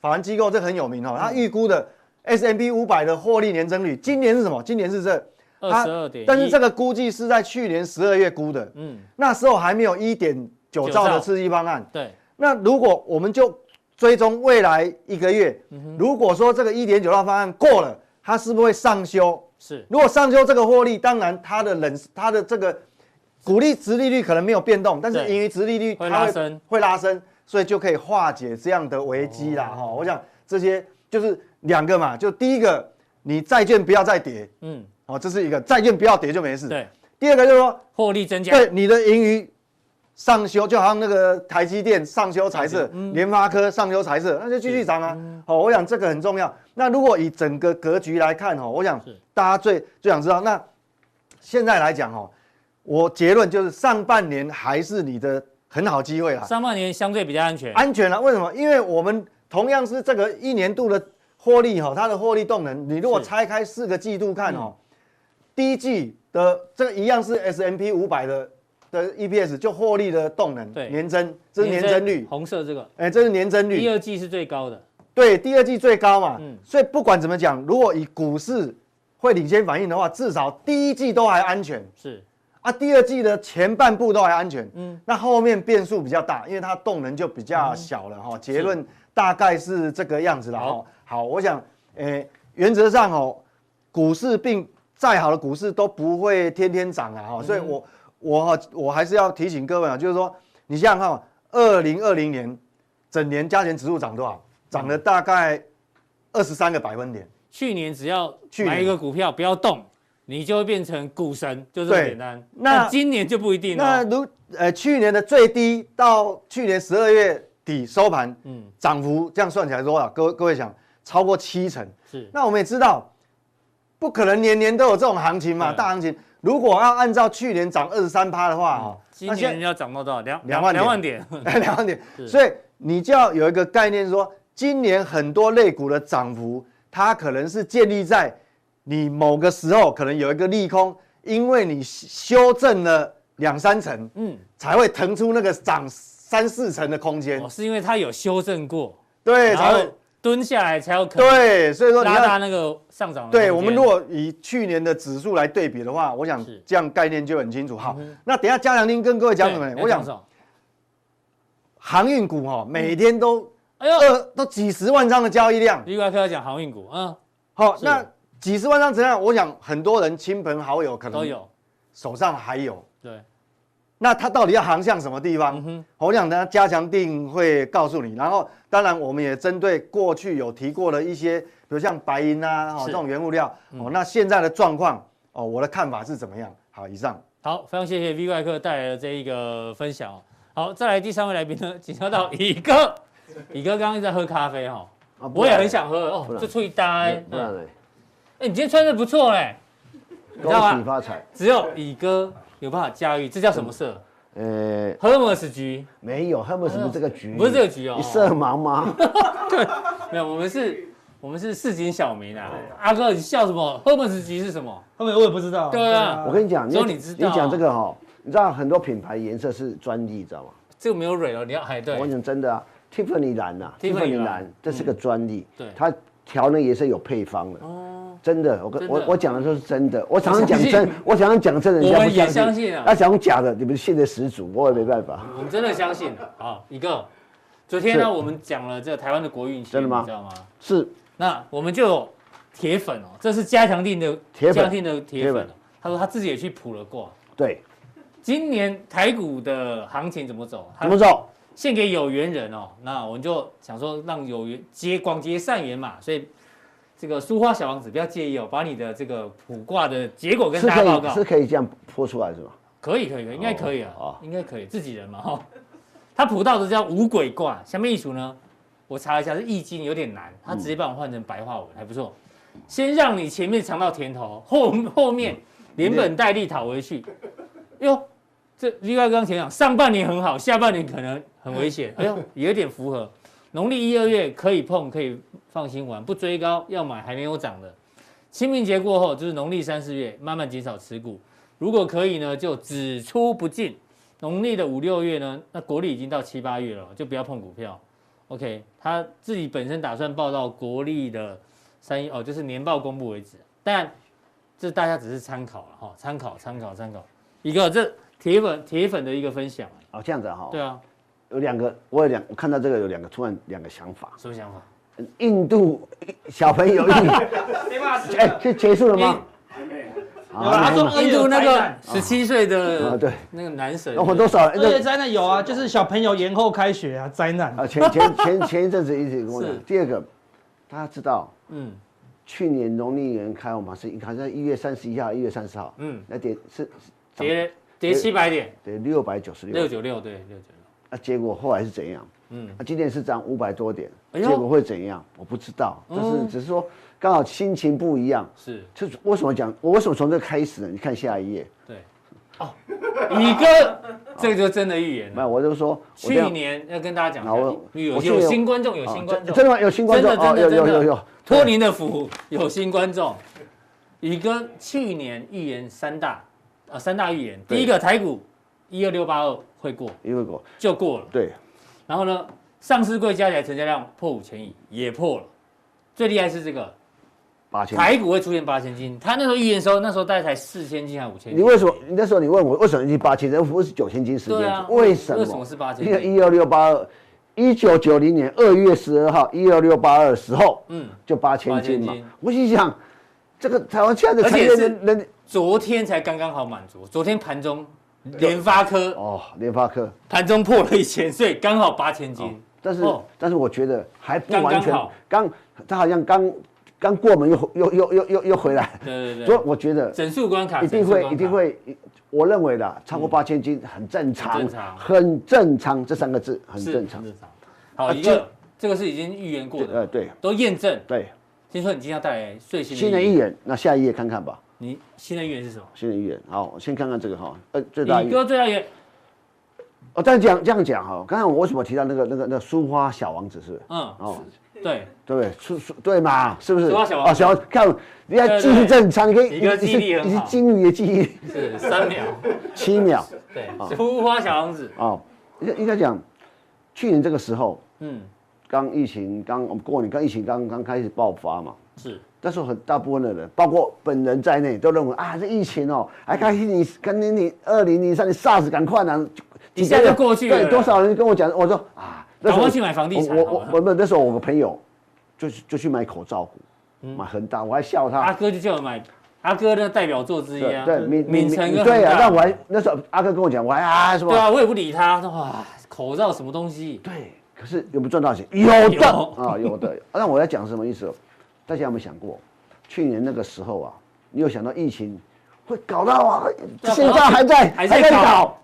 Speaker 4: 法人机构这很有名哦，
Speaker 1: 嗯
Speaker 4: 它预估的 S M B 五百的获利年增率，今年是什么？今年是这
Speaker 1: 二十二点一，
Speaker 4: 但是这个估计是在去年十二月估的，
Speaker 1: 嗯，
Speaker 4: 那时候还没有一点九兆的刺激方案。
Speaker 1: 对，
Speaker 4: 那如果我们就追踪未来一个月，
Speaker 1: 嗯
Speaker 4: 如果说这个一点九兆方案过了，它是不是会上修？
Speaker 1: 是
Speaker 4: 如果上修这个获利，当然它的冷它的这个股利值利率可能没有变动，但是
Speaker 1: 对
Speaker 4: 盈余值利率
Speaker 1: 会
Speaker 4: 它
Speaker 1: 拉升
Speaker 4: 会拉升，所以就可以化解这样的危机啦。哈、我想这些就是两个嘛，就第一个，你债券不要再跌，
Speaker 1: 嗯，
Speaker 4: 哦，这是一个债券不要跌就没事。，
Speaker 1: 对，
Speaker 4: 第二个就是说，
Speaker 1: 获利增加，
Speaker 4: 对哎你的盈余上修，就好像那个台积电上修财
Speaker 1: 上
Speaker 4: 色，联发科上修财色，那就继续涨啊。好、我想这个很重要。那如果以整个格局来看哦，我想
Speaker 1: 是
Speaker 4: 大家最最想知道，那现在来讲哦，我结论就是上半年还是你的很好机会啦，
Speaker 1: 上半年相对比较安全，
Speaker 4: 安全了、为什么？因为我们同样是这个一年度的获利哈、哦，它的获利动能，你如果
Speaker 1: 是嗯
Speaker 4: 拆开四个季度看哦，第一季的这个一样是 S M P 五百的的 E P S 就获利的动能，
Speaker 1: 对
Speaker 4: 年增，这是年增率，
Speaker 1: 红色这个，
Speaker 4: 哎，这是年增率，
Speaker 1: 第二季是最高的，
Speaker 4: 对，第二季最高嘛，
Speaker 1: 嗯
Speaker 4: 所以不管怎么讲，如果以股市会领先反应的话，至少第一季都还安全
Speaker 1: 是
Speaker 4: 啊，第二季的前半部都还安全，嗯，那后面变数比较大，因为它动能就比较小了哈、结论大概是这个样子了哈、
Speaker 1: 好
Speaker 4: 好，我想，诶、原则上哦，股市并再好的股市都不会天天涨啊哈、所以我我哈我还是要提醒各位啊，就是说，你想想看、哦，二零二零年整年加权指数涨多少？涨了大概二十三个百分点。
Speaker 1: 去年只要
Speaker 4: 去年
Speaker 1: 买一个股票不要动，你就会变成股神，就这么
Speaker 4: 对
Speaker 1: 简单。
Speaker 4: 那
Speaker 1: 但今年就不一定哦了，
Speaker 4: 那如呃去年的最低到去年十二月底收盘，
Speaker 1: 嗯
Speaker 4: 嗯，涨幅这样算起来多少？各位各位想超过七成。
Speaker 1: 是
Speaker 4: 那我们也知道，不可能年年都有这种行情嘛，
Speaker 1: 对
Speaker 4: 大行情。如果要按照去年涨二十三趴的话，哦，
Speaker 1: 今
Speaker 4: 那现在
Speaker 1: 年要涨到多少？两
Speaker 4: 两万
Speaker 1: 两万点，
Speaker 4: 两万点。所以你就要有一个概念说，今年很多类股的涨幅，它可能是建立在你某个时候可能有一个利空，因为你修正了两三成，
Speaker 1: 嗯，
Speaker 4: 才会腾出那个涨三四成的空间
Speaker 1: 哦，。是因为它有修正过，
Speaker 4: 对，
Speaker 1: 然
Speaker 4: 才
Speaker 1: 后
Speaker 4: 会
Speaker 1: 蹲下来才有可能
Speaker 4: 对，所以说你
Speaker 1: 拉
Speaker 4: 要
Speaker 1: 大那个上涨的空间。
Speaker 4: 对我们如果以去年的指数来对比的话，我想
Speaker 1: 是嗯
Speaker 4: 这样概念就很清楚。好，那等一下嘉良丁跟各位讲什么呢？
Speaker 1: 对
Speaker 4: 我
Speaker 1: 要
Speaker 4: 想
Speaker 1: 讲什么
Speaker 4: 航运股
Speaker 1: 嗯
Speaker 4: 哈，每天都
Speaker 1: 哎呦，
Speaker 4: 二都几十万张的交易量，
Speaker 1: 李外科要讲航运股，嗯，
Speaker 4: 好，
Speaker 1: 是
Speaker 4: 那几十万张怎样？我想很多人亲朋好友可
Speaker 1: 都
Speaker 4: 能
Speaker 1: 有，
Speaker 4: 手上还有，
Speaker 1: 对，嗯
Speaker 4: 那他到底要航向什么地方？我想呢，加强定会告诉你。然后，当然我们也针对过去有提过的一些，比如像白银啊，哦
Speaker 1: 是嗯
Speaker 4: 这种原物料，哦，那现在的状况，哦，我的看法是怎么样？好，以上。
Speaker 1: 好，非常谢谢 V 怪客带来的这一个分享哦。好，再来第三位来宾呢，请教到乙哥，乙哥刚刚一直在喝咖啡哈、
Speaker 3: 啊
Speaker 1: 哦，我也很，想喝哦
Speaker 3: 不，然
Speaker 1: 这出一搭
Speaker 3: 不
Speaker 1: 哎
Speaker 3: 然，不然
Speaker 1: 嗯
Speaker 3: 呢？
Speaker 1: 哎，你今天穿的不错哎，你知
Speaker 3: 恭
Speaker 1: 道
Speaker 3: 喜
Speaker 1: 吗？
Speaker 3: 发财。
Speaker 1: 只有乙哥有办法驾驭，这叫什么色
Speaker 3: 呃，
Speaker 4: 嗯
Speaker 1: ？Hermes 局
Speaker 3: 没有，他们什么这个局？
Speaker 1: 不是这个局哦
Speaker 3: 你色盲吗？
Speaker 1: 没有，我们是，我们是市井小民啊。阿哥，你笑什么？Hermes 局是什么？
Speaker 2: 后面我也不知道。
Speaker 1: 对啊
Speaker 3: 我跟你讲，
Speaker 1: 只有你知道啊
Speaker 3: 你讲这个哈，你知道很多品牌颜色是专利，知道吗？
Speaker 1: 这个没有蕊哦，你要哎
Speaker 3: 我
Speaker 1: 对，
Speaker 3: 讲真的啊，Tiffany 蓝呐
Speaker 1: Tiffany 蓝嗯
Speaker 3: 这是个专利，
Speaker 1: 对哦
Speaker 3: 它调那个颜色有配方的。真的，我跟
Speaker 1: 真的
Speaker 3: 我我讲的都是真的，我常常讲
Speaker 1: 我相
Speaker 3: 真
Speaker 1: 信，
Speaker 3: 我常常讲真的，人
Speaker 1: 我
Speaker 3: 家
Speaker 1: 们
Speaker 3: 不
Speaker 1: 也
Speaker 3: 相信。
Speaker 1: 相信啊嗯
Speaker 3: 那讲假的，你们信的十足，我也没办法。
Speaker 1: 我们真的相信啊，乙哥。昨天呢，
Speaker 3: 是
Speaker 1: 我们讲了这个台湾的国运线，
Speaker 3: 真的吗
Speaker 1: 你知道吗？
Speaker 3: 是
Speaker 1: 那我们就有铁粉哦，这是加强定的
Speaker 3: 铁粉
Speaker 1: 加强定的铁粉
Speaker 3: 铁粉
Speaker 1: 哦。他说他自己也去卜了卦，
Speaker 3: 对，
Speaker 1: 今年台股的行情怎么走？
Speaker 3: 怎么走？
Speaker 1: 献给有缘人哦。那我们就想说让有缘结广结善缘嘛，所以这个书花小王子，不要介意哦，把你的这个卜卦的结果跟
Speaker 3: 是
Speaker 1: 大
Speaker 3: 可
Speaker 1: 家报
Speaker 3: 以
Speaker 1: 告
Speaker 3: 是。可以这样泼出来是吧？
Speaker 1: 可以可以可以，应该可以啊，
Speaker 3: 哦
Speaker 1: 应该可以，自己人嘛哈、他卜到的叫五鬼卦，下面一组呢，我查了一下是易经，有点难，他直接帮我换成白话文，还不错。先让你前面尝到甜头，后后面连本带利讨回去。哟，这另外刚前讲，上半年很好，下半年可能很危险。哎呦，有点符合。农历一二月可以碰，可以放心玩，不追高，要买还没有涨的。清明节过后就是农历三四月，慢慢减少持股。如果可以呢，就只出不进。农历的五六月呢，那国历已经到七八月了，就不要碰股票。OK，他自己本身打算报到国历的三一哦，就是年报公布为止。但这大家只是参考了哈，参考参考参考一个这铁粉铁粉的一个分享。
Speaker 3: 哦，这样子哈、
Speaker 1: 对啊，
Speaker 3: 有两个，我有两，我看到这个有两个，突然两个想法。
Speaker 1: 什么想法？
Speaker 3: 印度小朋友印，
Speaker 2: 没办法，
Speaker 3: 哎，是结束了吗？
Speaker 1: 哎
Speaker 3: 啊
Speaker 2: 有啦
Speaker 3: 还没
Speaker 2: 他
Speaker 3: 嘛
Speaker 2: 说
Speaker 1: 印度那
Speaker 2: 二月有灾
Speaker 1: 个
Speaker 2: 难
Speaker 1: 十七岁
Speaker 3: 啊，
Speaker 1: 的
Speaker 3: 对，
Speaker 1: 那个男神，
Speaker 3: 那我多少？
Speaker 2: 二月
Speaker 3: 哎那
Speaker 2: 灾难有啊，就是小朋友延后开学啊，灾难。
Speaker 3: 啊，前前前前一阵子一直跟我
Speaker 1: 是
Speaker 3: 讲。第二个，大家知道
Speaker 1: 嗯
Speaker 3: 去年农历年开红盘是好像一月三十一号、一月三十号，
Speaker 1: 嗯，
Speaker 3: 那点是涨
Speaker 1: 跌跌七百点，
Speaker 3: 对六百九十
Speaker 1: 六
Speaker 3: 六，
Speaker 1: 九六对六九六，
Speaker 3: 那结果后来是怎样？啊
Speaker 1: 嗯，
Speaker 3: 那今年是涨五百多点，
Speaker 1: 哎呦嗯
Speaker 3: 结果会怎样？我不知道，但是只是说刚好心情不一样。
Speaker 1: 是
Speaker 3: 就是为什么讲？我为什么从这开始呢？你看下一页，
Speaker 1: 对。哦，宇哥，这个就真的预言了。
Speaker 3: 没有，我就说我
Speaker 1: 嗯
Speaker 3: 这
Speaker 1: 去
Speaker 3: 样
Speaker 1: 年要跟大家讲
Speaker 3: 好
Speaker 1: 一
Speaker 3: 我
Speaker 1: 下，有
Speaker 3: 我去年
Speaker 1: 有新观众，有
Speaker 3: 哦
Speaker 1: 新观
Speaker 3: 真
Speaker 1: 众，
Speaker 3: 真的吗？有新观众
Speaker 1: 真的真的
Speaker 3: 有
Speaker 1: 真
Speaker 3: 有
Speaker 1: 的
Speaker 3: 有有，
Speaker 1: 托您的福，有新观众。宇哥去年预言三大，呃，三大预言，第
Speaker 3: 对
Speaker 1: 一个台股一二六八二会过，
Speaker 3: 因为我
Speaker 1: 就过了。
Speaker 3: 对
Speaker 1: 然后呢，上市柜加起来成交量破五千亿，也破了。最厉害是这个
Speaker 3: 八千。
Speaker 1: 台股会出现八千金，他那时候预言说，那时候大概才四千金还五千
Speaker 3: 你
Speaker 1: 金。
Speaker 3: 为什么？你那时候你问我为什么已经八千，那不是九千斤时
Speaker 1: 对
Speaker 3: 间
Speaker 1: 啊？
Speaker 3: 为什么？
Speaker 1: 为什么是8000
Speaker 3: 因为一二六八二，一九九零年二月十二号一二六八二时候
Speaker 1: 嗯，
Speaker 3: 就八千斤
Speaker 1: 8000
Speaker 3: 嘛
Speaker 1: 斤。
Speaker 3: 我心想，这个台湾现在的
Speaker 1: 而
Speaker 3: 产
Speaker 1: 且
Speaker 3: 业
Speaker 1: 是
Speaker 3: 能能
Speaker 1: 昨天才刚刚好满足，昨天盘中联发科
Speaker 3: 哦，联发科。
Speaker 1: 盘中破了一千，所以刚好八千
Speaker 3: 哦
Speaker 1: 金。
Speaker 3: 但是、
Speaker 1: 哦
Speaker 3: 但是我觉得还不
Speaker 1: 刚刚
Speaker 3: 完全
Speaker 1: 好，
Speaker 3: 刚他好像刚刚过门又又又又又又回来，
Speaker 1: 对对
Speaker 3: 所以
Speaker 1: 对，
Speaker 3: 我觉得
Speaker 1: 整数关卡
Speaker 3: 一定
Speaker 1: 整数关
Speaker 3: 会
Speaker 1: 卡
Speaker 3: 一定会，我认为啦，超过八千斤很正
Speaker 1: 嗯
Speaker 3: 常，
Speaker 1: 很正常
Speaker 3: 很正常这三个字很
Speaker 1: 是
Speaker 3: 正常，
Speaker 1: 正常。好，
Speaker 3: 啊
Speaker 1: 一
Speaker 3: 这
Speaker 1: 个这个是已经预言过
Speaker 3: 对呃
Speaker 1: 的，
Speaker 3: 对
Speaker 1: 都验证。
Speaker 3: 对，
Speaker 1: 听说你今天要带来最新的
Speaker 3: 新的
Speaker 1: 预
Speaker 3: 一
Speaker 1: 言，
Speaker 3: 人，那下一页看看吧，
Speaker 1: 你新的预言是什么？
Speaker 3: 新的一人，好，我先看看这个哈，呃最大
Speaker 1: 宇
Speaker 3: 一，
Speaker 1: 哥最大预言
Speaker 3: 哦，但这样这样讲哈，刚才我为什么提到那个那个那个苏花小王子是不是？
Speaker 1: 嗯，
Speaker 3: 哦，
Speaker 1: 对，
Speaker 3: 对不对？出出对嘛？是不是？
Speaker 1: 苏花小王子
Speaker 3: 哦，小王子看，你看记忆正常，你可
Speaker 1: 你
Speaker 3: 以，
Speaker 1: 哥记忆力
Speaker 3: 是
Speaker 1: 很
Speaker 3: 你是
Speaker 1: 好
Speaker 3: 金鱼的记忆力
Speaker 1: 是三 秒，
Speaker 3: 七秒
Speaker 1: 对，
Speaker 3: 啊
Speaker 1: 出花小王子，
Speaker 3: 哦。应该应该讲，去年这个时候
Speaker 1: 嗯，
Speaker 3: 刚疫情刚我们过年刚疫情刚刚开始爆发嘛，
Speaker 1: 是
Speaker 3: 那时候很大部分的人，包括本人在内，都认为啊，这疫情哦，还赶紧你赶紧你二零零三年 SARS 赶快呢，
Speaker 1: 一下就过去了
Speaker 3: 对，多少人跟我讲，我说啊，那时
Speaker 1: 赶
Speaker 3: 候
Speaker 1: 快去买房地产
Speaker 3: 我
Speaker 1: 好
Speaker 3: 我
Speaker 1: 了
Speaker 3: 我不那时候我个朋友就去就去买口罩股，买恒大，我还笑他
Speaker 1: 阿。哥就叫我买，阿哥的代表作之一
Speaker 3: 对
Speaker 1: 啊，
Speaker 3: 对，敏
Speaker 1: 敏成跟
Speaker 3: 对啊，
Speaker 1: 恒大
Speaker 3: 那我还那时候阿哥跟我讲，我还啊什么
Speaker 1: 对啊，我也不理他，他说哇，口罩什么东西，
Speaker 3: 对，可是有没有赚到钱？有的
Speaker 1: 有
Speaker 3: 啊，有的。啊那我要讲什么意思哦？大家有没有想过，去年那个时候啊，你有想到疫情会搞到啊？
Speaker 1: 对啊
Speaker 3: 现在还在
Speaker 1: 还在搞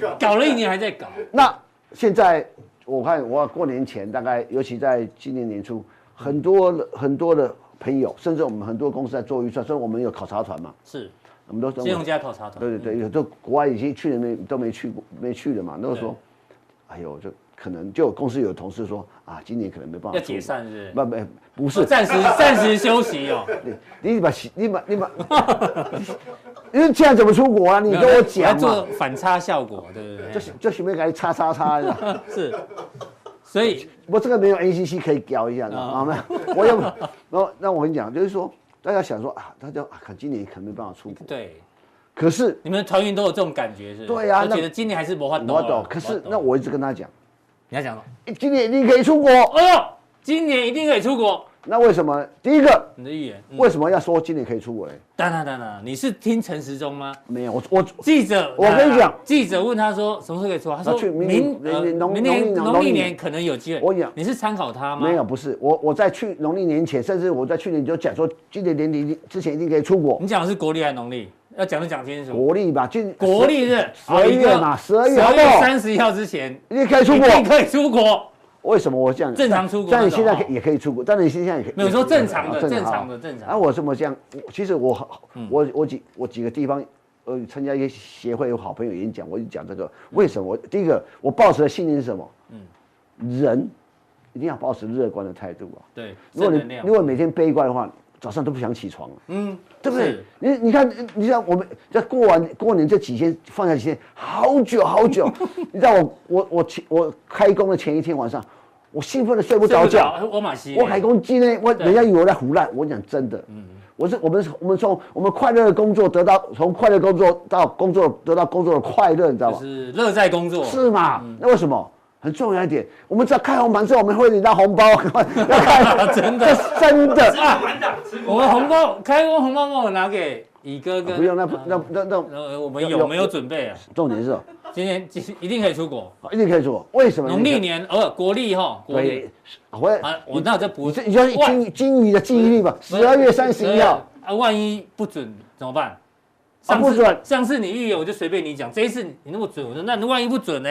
Speaker 3: 搞。
Speaker 1: 搞了一年还在搞，
Speaker 3: 那现在我看，我过年前大概，尤其在今年年初，很多的很多的朋友，甚至我们很多公司在做预算，所以我们有考察团嘛，
Speaker 1: 是
Speaker 3: 我们都是
Speaker 1: 金融家考察团，
Speaker 3: 对对对，有的国外已经去年没都没去过，没去了嘛。那个时候，哎呦，就可能就有公司有同事说啊，今年可能没办法
Speaker 1: 要解散是不是
Speaker 3: 出国，不不不
Speaker 1: 哦
Speaker 3: 是，
Speaker 1: 暂 时暂时休息哦，
Speaker 3: 你你把你把你把， 因为这样怎么出国啊？你
Speaker 1: 没
Speaker 3: 跟
Speaker 1: 有
Speaker 3: 我
Speaker 1: 要
Speaker 3: 讲嘛
Speaker 1: 做，反差效果，对对
Speaker 3: 就
Speaker 1: 对，
Speaker 3: 是就随便给你叉 叉叉的。
Speaker 1: 是，所以
Speaker 3: 我这个没有 ACC 可以搞一下的
Speaker 1: 哦
Speaker 3: 啊，没有，我有。然后 那我跟你讲，就是说大家想说啊，大家啊，看今年可能没办法出国，
Speaker 1: 对。
Speaker 3: 可是
Speaker 1: 你们团员都有这种感觉是不是？
Speaker 3: 对啊
Speaker 1: 都觉
Speaker 3: 那
Speaker 1: 得今年还是魔幻
Speaker 3: 我懂，可是那我一直跟他讲，哎
Speaker 1: 你要讲什么？
Speaker 3: 欸今年你可以出国，
Speaker 1: 哎呦，今年一定可以出国，
Speaker 3: 那为什么？第一个，
Speaker 1: 你的预言，嗯
Speaker 3: 为什么要说今年可以出国嘞？
Speaker 1: 当然当然，你是听陈时中吗？
Speaker 3: 没有，我我
Speaker 1: 记者，
Speaker 3: 我跟你讲
Speaker 1: 啊记者问他说什么时候可以出啊，他
Speaker 3: 那
Speaker 1: 说
Speaker 3: 去明
Speaker 1: 明
Speaker 3: 明
Speaker 1: 呃
Speaker 3: 明农
Speaker 1: 明年
Speaker 3: 农历
Speaker 1: 农历
Speaker 3: 年
Speaker 1: 年可能有机会。
Speaker 3: 我跟你讲
Speaker 1: 你是参考他吗？
Speaker 3: 没有，，不是我我在去农历年前，甚至我在去年就讲说，今年年底之前一定可以出国
Speaker 1: 你，讲的是国历还是农历？要讲就讲清楚。
Speaker 3: 国历吧，今
Speaker 1: 国历日，
Speaker 3: 十二月嘛十二月好不好
Speaker 1: 三十一号之前，
Speaker 3: 一定可以出
Speaker 1: 你
Speaker 3: 国。
Speaker 1: 一定可以出国。
Speaker 3: 为什么我这样？
Speaker 1: 正常出国
Speaker 3: 但
Speaker 1: 那
Speaker 3: 你
Speaker 1: 种
Speaker 3: 现在
Speaker 1: 哦
Speaker 3: 可以也可以出国，但你现在也可以
Speaker 1: 没有说正常的
Speaker 3: 也可以
Speaker 1: 正常的正常嗯
Speaker 3: 啊，我这么这样，我其实我我我几我几个地方。呃，参加一些协会有好朋友演讲，我就讲这个为什么？我第一个，我抱持的信念是什么？嗯，人一定要保持乐观的态度啊。
Speaker 1: 对，
Speaker 3: 如果
Speaker 1: 正
Speaker 3: 你
Speaker 1: 能量
Speaker 3: 如。果每天悲观的话，早上都不想起床了，
Speaker 1: 嗯，
Speaker 3: 对不对
Speaker 1: 是？
Speaker 3: 你你看，你像我们在过完过年这几天放假几天，好久 好久。你知道我我我前我开工的前一天晚上，我兴奋的睡不着
Speaker 1: 睡
Speaker 3: 觉。
Speaker 1: 哎我马西，
Speaker 3: 我开工今天我
Speaker 1: 对嗯
Speaker 3: 人家以为我在胡乱，我讲真的，我是我们我们从我们快乐的工作得到，从快乐工作到工作得到工作的快乐，你知道吗
Speaker 1: 就？是乐在工作。
Speaker 3: 是嘛？
Speaker 1: 嗯
Speaker 3: 那为什么？很重要一点，我们只要开红盘之后，我们会领到红包，赶快要开，
Speaker 1: 真的
Speaker 3: 这是真的 啊！
Speaker 1: 我们红包开工红包帮我拿给乙哥跟
Speaker 3: 不用，那
Speaker 1: 啊
Speaker 3: 那那那
Speaker 1: 呃，我们有没有准备啊？
Speaker 3: 重点是哦，
Speaker 1: 今年今一定可以出国，
Speaker 3: 一定可以做。为什么？
Speaker 1: 农历年呃国历哈，国历
Speaker 3: 对，我
Speaker 1: 啊，我那我再补
Speaker 3: 你这你就是
Speaker 1: 万
Speaker 3: 金金鱼的记忆力嘛，十二月三十一号，
Speaker 1: 啊，万一不准怎么办？
Speaker 3: 啊
Speaker 1: 上次
Speaker 3: 不准
Speaker 1: 上次你预言我就随便你讲，这一次你那么准，我说那你万一不准呢？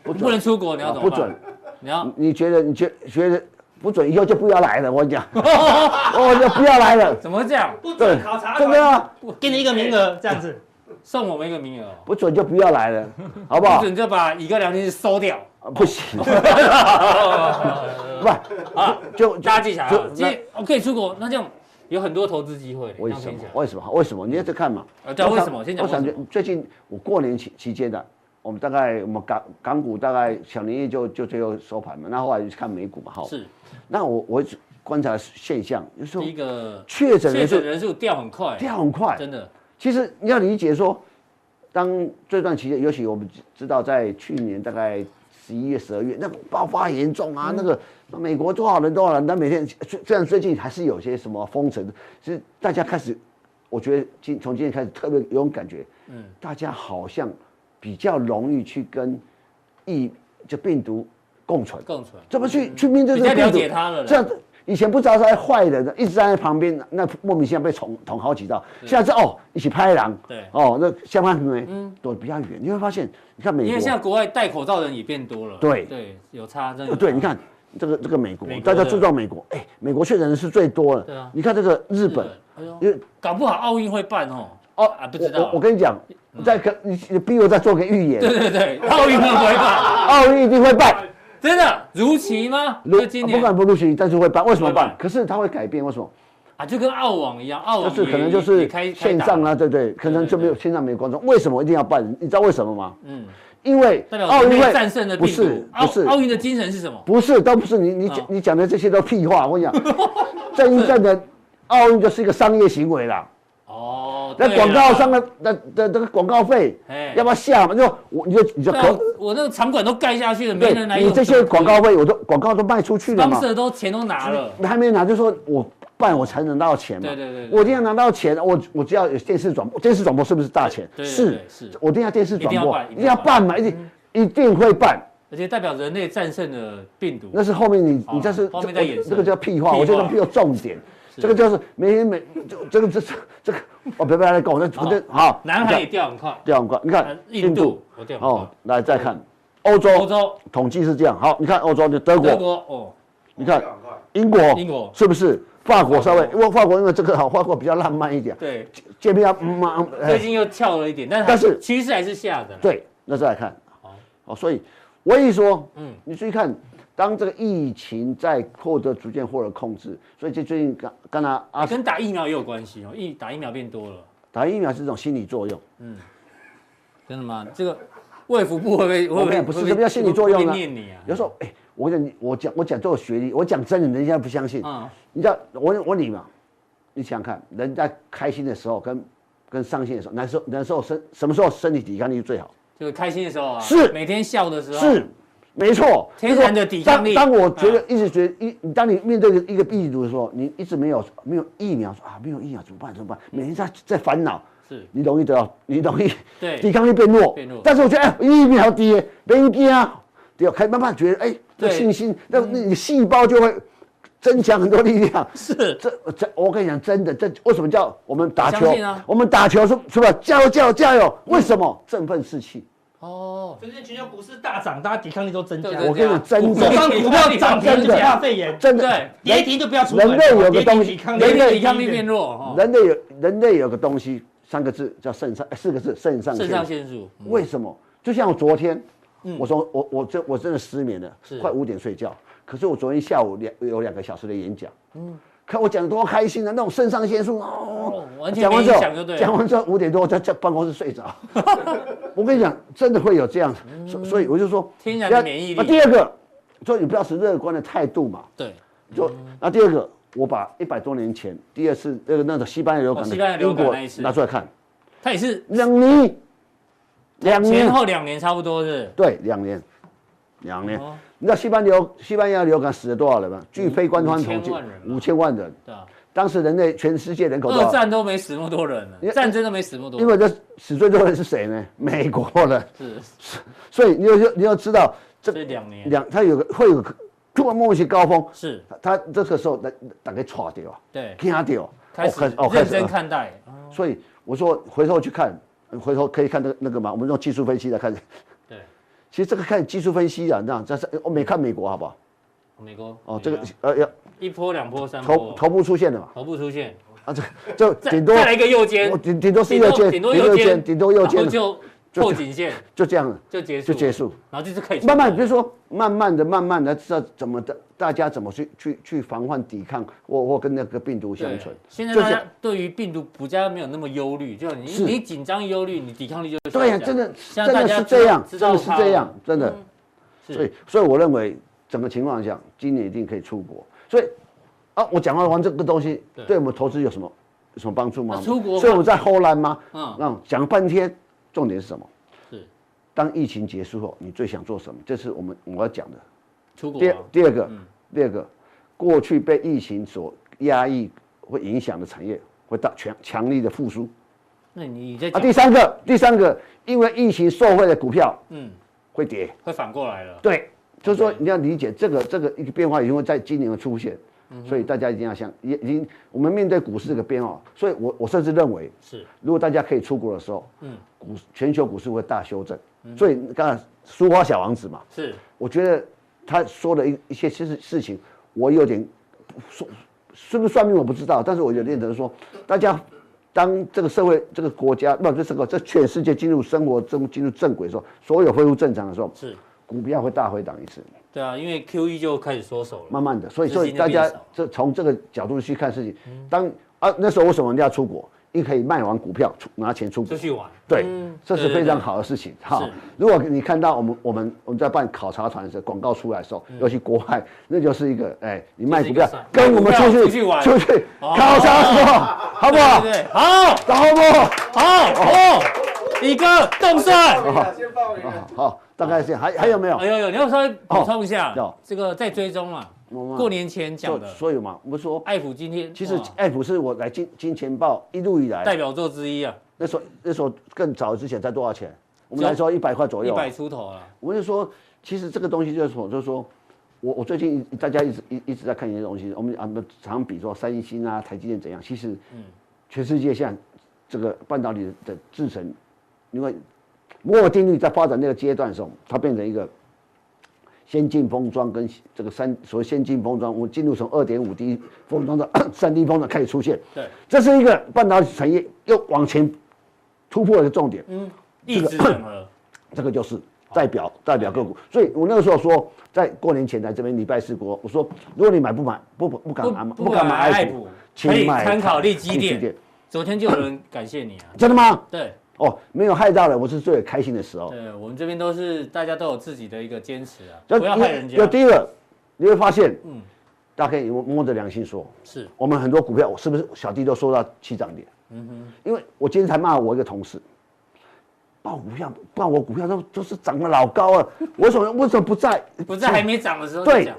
Speaker 3: 不
Speaker 1: 不能
Speaker 3: 准，
Speaker 1: 出国，你要
Speaker 3: 啊
Speaker 1: 怎么
Speaker 3: 不
Speaker 1: 办？
Speaker 3: 准。
Speaker 1: 你要
Speaker 3: 你觉得你觉觉得不准，以后就不要来了。我跟 你讲，我就不要来了。
Speaker 1: 怎么会这样？
Speaker 2: 不
Speaker 3: 对
Speaker 2: 准考，察
Speaker 3: 真的啊，哎
Speaker 2: 给你一个名额，这样子。
Speaker 1: 送我们一个名额哦，
Speaker 3: 不准就不要来了，好不
Speaker 1: 不
Speaker 3: 好？
Speaker 1: 准就把乙哥聊天室收掉。
Speaker 3: 啊 不行，不就就
Speaker 1: 大家记起来啊，
Speaker 3: 啊就
Speaker 1: 今天哦可以出国，那这样有很多投资机会。
Speaker 3: 为
Speaker 1: 这
Speaker 3: 什
Speaker 1: 样听
Speaker 3: 么
Speaker 1: 起来？
Speaker 3: 为什么？为什么？你要再看嘛。
Speaker 1: 啊对啊
Speaker 3: 我
Speaker 1: 为
Speaker 3: 想
Speaker 1: 什么先讲
Speaker 3: 我想
Speaker 1: 为什么
Speaker 3: 最近我过年期期间的，我们大概我们港港股大概小年夜就就最后收盘嘛，那后来就去看美股嘛，哈。。
Speaker 1: 是
Speaker 3: 那我我观察现象，就是说
Speaker 1: 第一个
Speaker 3: 确诊人
Speaker 1: 确
Speaker 3: 数
Speaker 1: 人数掉很快，
Speaker 3: 掉很快。
Speaker 1: 真的
Speaker 3: 其实你要理解说，当这段期间，尤其我们知道在去年大概十一月、十二月，那个爆发严重啊，那个美国多少人多少人，那每天虽虽然最近还是有些什么封城，其实大家开始，我觉得今从今天开始特别有种感觉，嗯，大家好像比较容易去跟疫这病毒共存，
Speaker 1: 更蠢。
Speaker 3: 怎么去去面对这个
Speaker 1: 比较了
Speaker 3: 病毒？
Speaker 1: 解他了啦
Speaker 3: 这样子以前不知道他是坏人的，一直站在旁边，那莫名其妙被捅捅好几刀。现在是哦，一起拍狼，
Speaker 1: 对嗯
Speaker 3: 哦，那相反呢，躲得比较远。你会发现，你看美
Speaker 1: 因为现在
Speaker 3: 国，
Speaker 1: 国外戴口罩的人也变多了，
Speaker 3: 对
Speaker 1: 对，有差真的有
Speaker 3: 呃
Speaker 1: 差。
Speaker 3: 对，你看这个这个美国
Speaker 1: 美，国
Speaker 3: 大
Speaker 1: 的
Speaker 3: 家注重美国，哎，美国确诊人是最多
Speaker 1: 对啊
Speaker 3: 了。你看这个日
Speaker 1: 日
Speaker 3: 本，，
Speaker 1: 哎呦，
Speaker 3: 因为
Speaker 1: 搞不好奥运会办哦。
Speaker 3: 哦
Speaker 1: 啊，不知
Speaker 3: 我
Speaker 1: 道嗯
Speaker 3: 我我，跟你讲，你再跟你你逼我再做个预言，
Speaker 1: 对对对，奥运会不会办，
Speaker 3: 奥运一定会办。
Speaker 1: 真的如期吗？
Speaker 3: 如
Speaker 1: 就今
Speaker 3: 不
Speaker 1: 年
Speaker 3: 管不录取，但是会办，为什么
Speaker 1: 会办
Speaker 3: 办？可是它会改变，为什么？
Speaker 1: 啊，就跟澳网一样，澳网
Speaker 3: 就是
Speaker 1: 也
Speaker 3: 可能就
Speaker 1: 也
Speaker 3: 是
Speaker 1: 开开
Speaker 3: 线
Speaker 1: 打
Speaker 3: 上啊，对对，可能
Speaker 1: 对
Speaker 3: 就没有线上没有观众。为什么一定要办？你知道为什么吗？
Speaker 1: 嗯，
Speaker 3: 因为
Speaker 1: 代表
Speaker 3: 奥运会
Speaker 1: 战胜了
Speaker 3: 不
Speaker 1: 病
Speaker 3: 是
Speaker 1: 毒。
Speaker 3: 不
Speaker 1: 奥
Speaker 3: 是
Speaker 1: 奥运的精神是什么？
Speaker 3: 不是都不是你你
Speaker 1: 啊
Speaker 3: 讲你讲的这些都屁话，我跟你 讲，正一正的奥运就是一个商业行为啦。
Speaker 1: 哦，
Speaker 3: 那
Speaker 1: 对
Speaker 3: 广
Speaker 1: 啦
Speaker 3: 告商的的的这个广告费
Speaker 1: 哎
Speaker 3: 要不要下嘛？就我你就你就
Speaker 1: 对啊
Speaker 3: 可
Speaker 1: 我那个场馆都盖下去了，没
Speaker 3: 对
Speaker 1: 人来用。
Speaker 3: 你这些广告费我都广告都卖出去了
Speaker 1: 方
Speaker 3: 嘛，
Speaker 1: 式都钱都拿了，
Speaker 3: 还没拿就说我办我才能拿到钱嘛。
Speaker 1: 对对对对
Speaker 3: 我一定要拿到钱，我我只要有电视转播，电视转播是不是大钱？
Speaker 1: 对对
Speaker 3: 是
Speaker 1: 对是
Speaker 3: 我一定要电视转播，
Speaker 1: 一
Speaker 3: 一
Speaker 1: 定
Speaker 3: 定
Speaker 1: 要
Speaker 3: 要
Speaker 1: 办
Speaker 3: 办嘛，一定一定会办。
Speaker 1: 而且代表人类战胜了病毒。
Speaker 3: 那是后面你
Speaker 1: 哦
Speaker 3: 你这是
Speaker 1: 后面再衍生
Speaker 3: 这个叫屁话，
Speaker 1: 屁话
Speaker 3: 我觉得没有重点。这个就是每天每这这个这这这个，哦，别别来跟我那我这好，
Speaker 1: 南韩也掉很快，
Speaker 3: 这样看，你看
Speaker 1: 呃印度我掉很
Speaker 3: 哦
Speaker 1: 快，，
Speaker 3: 来再看欧
Speaker 1: 欧
Speaker 3: 洲
Speaker 1: 洲、
Speaker 3: 统计是这样，好，你看欧洲就德
Speaker 1: 德
Speaker 3: 国，
Speaker 1: 国哦，
Speaker 3: 你看
Speaker 4: 很快
Speaker 3: 英国，
Speaker 1: 英国
Speaker 3: 是不是？法国稍微，因为法国因为这个好，法国比较浪漫一点，
Speaker 1: 对，
Speaker 3: 这边要嗯嘛，嗯哎
Speaker 1: 最近又翘了一点，但是
Speaker 3: 但是
Speaker 1: 趋势还是下的啦。
Speaker 3: 对，那再来看，哦，所以我一说，
Speaker 1: 嗯
Speaker 3: 嗯，你注意看，当这个疫情在获得逐渐获得控制，所以就最近刚刚才阿
Speaker 1: 跟打疫苗也有关系哦，疫打疫苗变多了，
Speaker 3: 打疫苗是一种心理作用，
Speaker 1: 真的吗？这个卫福部会不会会
Speaker 3: 我
Speaker 1: 不会
Speaker 3: 们不是
Speaker 1: 会会
Speaker 3: 什么叫心理作用
Speaker 1: 会不
Speaker 3: 呢
Speaker 1: 会念你啊，
Speaker 3: 有时候哎、我讲你我讲我讲这个学历，我讲真的，人家不相信。
Speaker 1: 嗯，
Speaker 3: 你知道我我问你嘛，你想想看，人在开心的时候跟跟伤心的时候，难受难受身什么时候身体抵抗力最好？
Speaker 1: 就是开心的时候啊，
Speaker 3: 是
Speaker 1: 每天笑的时候，
Speaker 3: 是，没错，
Speaker 1: 天然的抵抗力嗯
Speaker 3: 当当我觉得一直觉得一，当你面对一个病毒的时候，你一直没有没有疫苗说啊，没有疫苗怎么办？怎么办？
Speaker 1: 嗯
Speaker 3: 每天在在烦恼，
Speaker 1: 是
Speaker 3: 你容易得到，你容易
Speaker 1: 对
Speaker 3: 抵抗力变弱。
Speaker 1: 变弱
Speaker 3: 但是我觉得哎，疫苗低耶，没低啊，对，开始慢慢觉得哎，这
Speaker 1: 对嗯
Speaker 3: 信心，那那你细胞就会增强很多力量。
Speaker 1: 是
Speaker 3: 这这，我跟你讲，真的，这为什么叫我们打
Speaker 1: 我相
Speaker 3: 球
Speaker 1: 信啊？
Speaker 3: 我们打球是是吧？加油加油加油！为什么振奋士气？
Speaker 1: 哦，
Speaker 2: 最近全球股市大涨，大家抵抗力都增加
Speaker 1: 对。
Speaker 3: 我跟你讲，真
Speaker 2: 手
Speaker 3: 的
Speaker 2: 上股票涨停就怕肺炎，
Speaker 3: 啊真的
Speaker 1: 对，
Speaker 2: 跌停就不要出门。
Speaker 3: 人类有个东
Speaker 2: 跌
Speaker 3: 西
Speaker 2: 停抵抗力
Speaker 1: 人类抵抗力变弱哦，
Speaker 3: 人类有人类有个东西，三个字叫肾上，哎四个字肾上
Speaker 1: 肾
Speaker 3: 腺
Speaker 1: 上
Speaker 3: 素。
Speaker 1: 腺素嗯
Speaker 3: 为什么？就像我昨天，我说我我真我真的失眠了
Speaker 1: 是，
Speaker 3: 快五点睡觉。可是我昨天下午两有两个小时的演讲，看我讲得多开心啊！那种肾上腺素哦
Speaker 1: 嗯哦，完全
Speaker 3: 讲完
Speaker 1: 没
Speaker 3: 之后
Speaker 1: 影响就对了
Speaker 3: 讲完之后五点多我在在办公室睡着。 我跟你讲，真的会有这样，
Speaker 1: 嗯
Speaker 3: 所所以我就说，
Speaker 1: 天然的免疫力
Speaker 3: 啊第二个，所以你不要持乐观的态度嘛。
Speaker 1: 对，嗯
Speaker 3: 就那第二个，我把一百多年前第二次那个那种西班牙流感
Speaker 1: 哦西班牙
Speaker 3: 的
Speaker 1: 流
Speaker 3: 英
Speaker 1: 感
Speaker 3: 国
Speaker 1: 那一次
Speaker 3: 拿出来看，
Speaker 1: 它也是
Speaker 3: 两年，两
Speaker 1: 前
Speaker 3: 年，
Speaker 1: 后两年差不多是
Speaker 3: 对，两年，两年
Speaker 1: 哦。
Speaker 3: 你知道西班牙流西班牙流感死了多少人吗？啊据非官方统计
Speaker 1: 五千万人，吧
Speaker 3: 五千万人。
Speaker 1: 对吧？
Speaker 3: 当时人类全世界人口多
Speaker 1: 二
Speaker 3: 少？
Speaker 1: 战都没死那么多人了，
Speaker 3: 因为
Speaker 1: 战争都没死那么多
Speaker 3: 因
Speaker 1: 人，
Speaker 3: 为这死最多的是谁呢？美国人。
Speaker 1: 是
Speaker 3: 所以你要你要知道，这
Speaker 1: 这两年
Speaker 3: 两它有个会有个突然莫名其妙高峰，
Speaker 1: 是，
Speaker 3: 它它这个时候大大概垮掉，
Speaker 1: 对，
Speaker 3: 惊掉，
Speaker 1: 开
Speaker 3: 哦
Speaker 1: 始认真看待，啊
Speaker 3: 所以我说回头去看，回头可以看那个那个嘛，我们用技术分析来看。
Speaker 1: 对，
Speaker 3: 其实这个看技术分析啊，那这是我没看美国好不好？
Speaker 1: 美国
Speaker 3: 哦，这个
Speaker 1: 美国
Speaker 3: 呃要
Speaker 1: 一波两波三
Speaker 3: 头
Speaker 1: 波，
Speaker 3: 头部出现的嘛，
Speaker 1: 头部出现，
Speaker 3: 啊这这
Speaker 1: 再
Speaker 3: 顶多
Speaker 1: 再来一个右肩
Speaker 3: 我，顶顶多是
Speaker 1: 顶
Speaker 3: 右
Speaker 1: 多
Speaker 3: 肩，
Speaker 1: 顶多右肩，
Speaker 3: 顶多右
Speaker 1: 然
Speaker 3: 肩，
Speaker 1: 后就
Speaker 3: 就
Speaker 1: 破颈线
Speaker 3: 就这样了，
Speaker 1: 就结束，
Speaker 3: 就结，束。
Speaker 1: 然后就是可以
Speaker 3: 慢慢，比如说，慢慢的、慢慢的，知道怎么的，大家怎么去去去防范、抵抗，或或跟那个病毒相
Speaker 1: 对
Speaker 3: 存。
Speaker 1: 现在
Speaker 3: 就
Speaker 1: 大
Speaker 3: 这
Speaker 1: 家
Speaker 3: 样
Speaker 1: 对于病毒比较没有那么忧虑，就你
Speaker 3: 是
Speaker 1: 你紧张忧虑，你抵抗力就会
Speaker 3: 对呀、
Speaker 1: 下降
Speaker 3: 真的
Speaker 1: 现
Speaker 3: 真
Speaker 1: 在大
Speaker 3: 的
Speaker 1: 家
Speaker 3: 是这样，
Speaker 1: 知
Speaker 3: 真
Speaker 1: 道嗯
Speaker 3: 的是这样，，真的。
Speaker 1: 知道它
Speaker 3: 所
Speaker 1: 了
Speaker 3: 以，所以我认为整个情况下，今年一定可以出国。所以，啊，我讲完完这个东西
Speaker 1: 对，
Speaker 3: 对我们投资有什么有什么帮助吗
Speaker 1: 那？出国
Speaker 3: 所以我在后来吗？
Speaker 1: 嗯
Speaker 3: 嗯，讲半天，重点是什么？
Speaker 1: 是
Speaker 3: 当疫情结束后，你最想做什么？这是我们我要讲的。
Speaker 1: 出国
Speaker 3: 第
Speaker 1: 啊
Speaker 3: 二第二个，第二个，过去被疫情所压抑会影响的产业，会大强强力的复苏。
Speaker 1: 那你在
Speaker 3: 啊，
Speaker 1: 讲
Speaker 3: 第三个，第三个，因为疫情受惠的股票
Speaker 1: 嗯
Speaker 3: 会跌。
Speaker 1: 会反过来了，
Speaker 3: 对，就是说
Speaker 1: OK
Speaker 3: 你要理解这个这个一个变化，因为在今年的出现，
Speaker 1: 嗯
Speaker 3: 所以大家一定要想，也已经我们面对股市这个变化，所以我我甚至认为，
Speaker 1: 是
Speaker 3: 如果大家可以出国的时候，
Speaker 1: 嗯
Speaker 3: 股全球股市会大修正。所以刚才苏花小王子嘛，
Speaker 1: 是
Speaker 3: 我觉得他说的一一些事事情，我有点说是不是算命我不知道，但是我有点得说，大家当这个社会、这个国家，不，这这个这全世界进入生活中进入正轨的时候，所有恢复正常的时候，
Speaker 1: 是，
Speaker 3: 股票会大回档一次，
Speaker 1: 对啊，因为 Q E 就开始缩手了，
Speaker 3: 慢慢的，所以
Speaker 1: 资
Speaker 3: 所以
Speaker 1: 金就
Speaker 3: 大家
Speaker 1: 变少
Speaker 3: 这从这个角度去看事情，当啊那时候为什么人家要出国？一可以卖完股票出拿钱出国
Speaker 1: 出，去玩，
Speaker 3: 对，这
Speaker 1: 对嗯
Speaker 3: 是
Speaker 1: 对
Speaker 3: 非常
Speaker 1: 对
Speaker 3: 好的事情哈
Speaker 1: 是。
Speaker 3: 如果你看到我们我们我们在办考察团的时候，广告出来的时候，尤其国外，那就是一个哎，你卖股票
Speaker 1: 嗯就是一个
Speaker 3: 跟我们出
Speaker 1: 买股票
Speaker 3: 去
Speaker 1: 出去玩
Speaker 3: 出去
Speaker 1: 哦
Speaker 3: 考察的时 候，好不好
Speaker 1: 对？对，对好
Speaker 3: 好不好？
Speaker 1: 好哦，李哥动算。
Speaker 4: 先报名。
Speaker 3: 哦好，大概是这样。还还有没有
Speaker 1: 哎？呦呦，你要稍微补充一下，
Speaker 3: 哦
Speaker 1: 这个在追踪嘛，
Speaker 3: 我们
Speaker 1: 过年前讲
Speaker 3: 就
Speaker 1: 的，哎
Speaker 3: 所以嘛，我们说，
Speaker 1: 爱普今天
Speaker 3: 其实
Speaker 1: 哇
Speaker 3: F 是我来金金钱豹一路以
Speaker 1: 代
Speaker 3: 来，
Speaker 1: 表作之一啊，
Speaker 3: 那时候那时候更早之前才多少钱？我们
Speaker 1: 就
Speaker 3: 来说一百块左
Speaker 1: 一
Speaker 3: 右啊，
Speaker 1: 百出头啊，
Speaker 3: 我就说，其实这个东西就是我就是说，我我最近一大家一直一一直在看一些东西，我们啊不常比说三星啊、台积电怎样，其实，全世界现在这个半导体的制程，因为摩尔定律在发展那个阶段的时候，它变成一个。先进封装跟这个三所谓先进封装，我们进入从二点五 D 封装到 三 D 封装开始出现，
Speaker 1: 对，
Speaker 3: 这是一个半导体产业又往前突破的一个重点。
Speaker 1: 嗯意志整合，
Speaker 3: 这个就是代表代表个股。所以我那个时候说，在过年前来这边礼拜四国，我说如果你买不买不不不敢买
Speaker 1: 不
Speaker 3: 嗯不敢买爱普，
Speaker 1: 可以
Speaker 3: 请买
Speaker 1: 参考利基
Speaker 3: 积
Speaker 1: 点。，昨天就有人感谢你啊，
Speaker 3: 真的吗？
Speaker 1: 对
Speaker 3: 哦，没有害到人，我是最开心的时候。
Speaker 1: 对，我们这边都是大家都有自己的一个坚持啊，
Speaker 3: 就
Speaker 1: 不要害人家
Speaker 3: 就，第一个，你会发现，嗯，大家可以摸摸着良心说，
Speaker 1: 是
Speaker 3: 我们很多股票，我是不是小弟都说到起涨点？嗯哼，因为我今天才骂我一个同事，报股票，报我股票都都是涨得老高了，为什么为什么不在？
Speaker 1: 不是还没涨的时候就
Speaker 3: 对
Speaker 1: 讲，，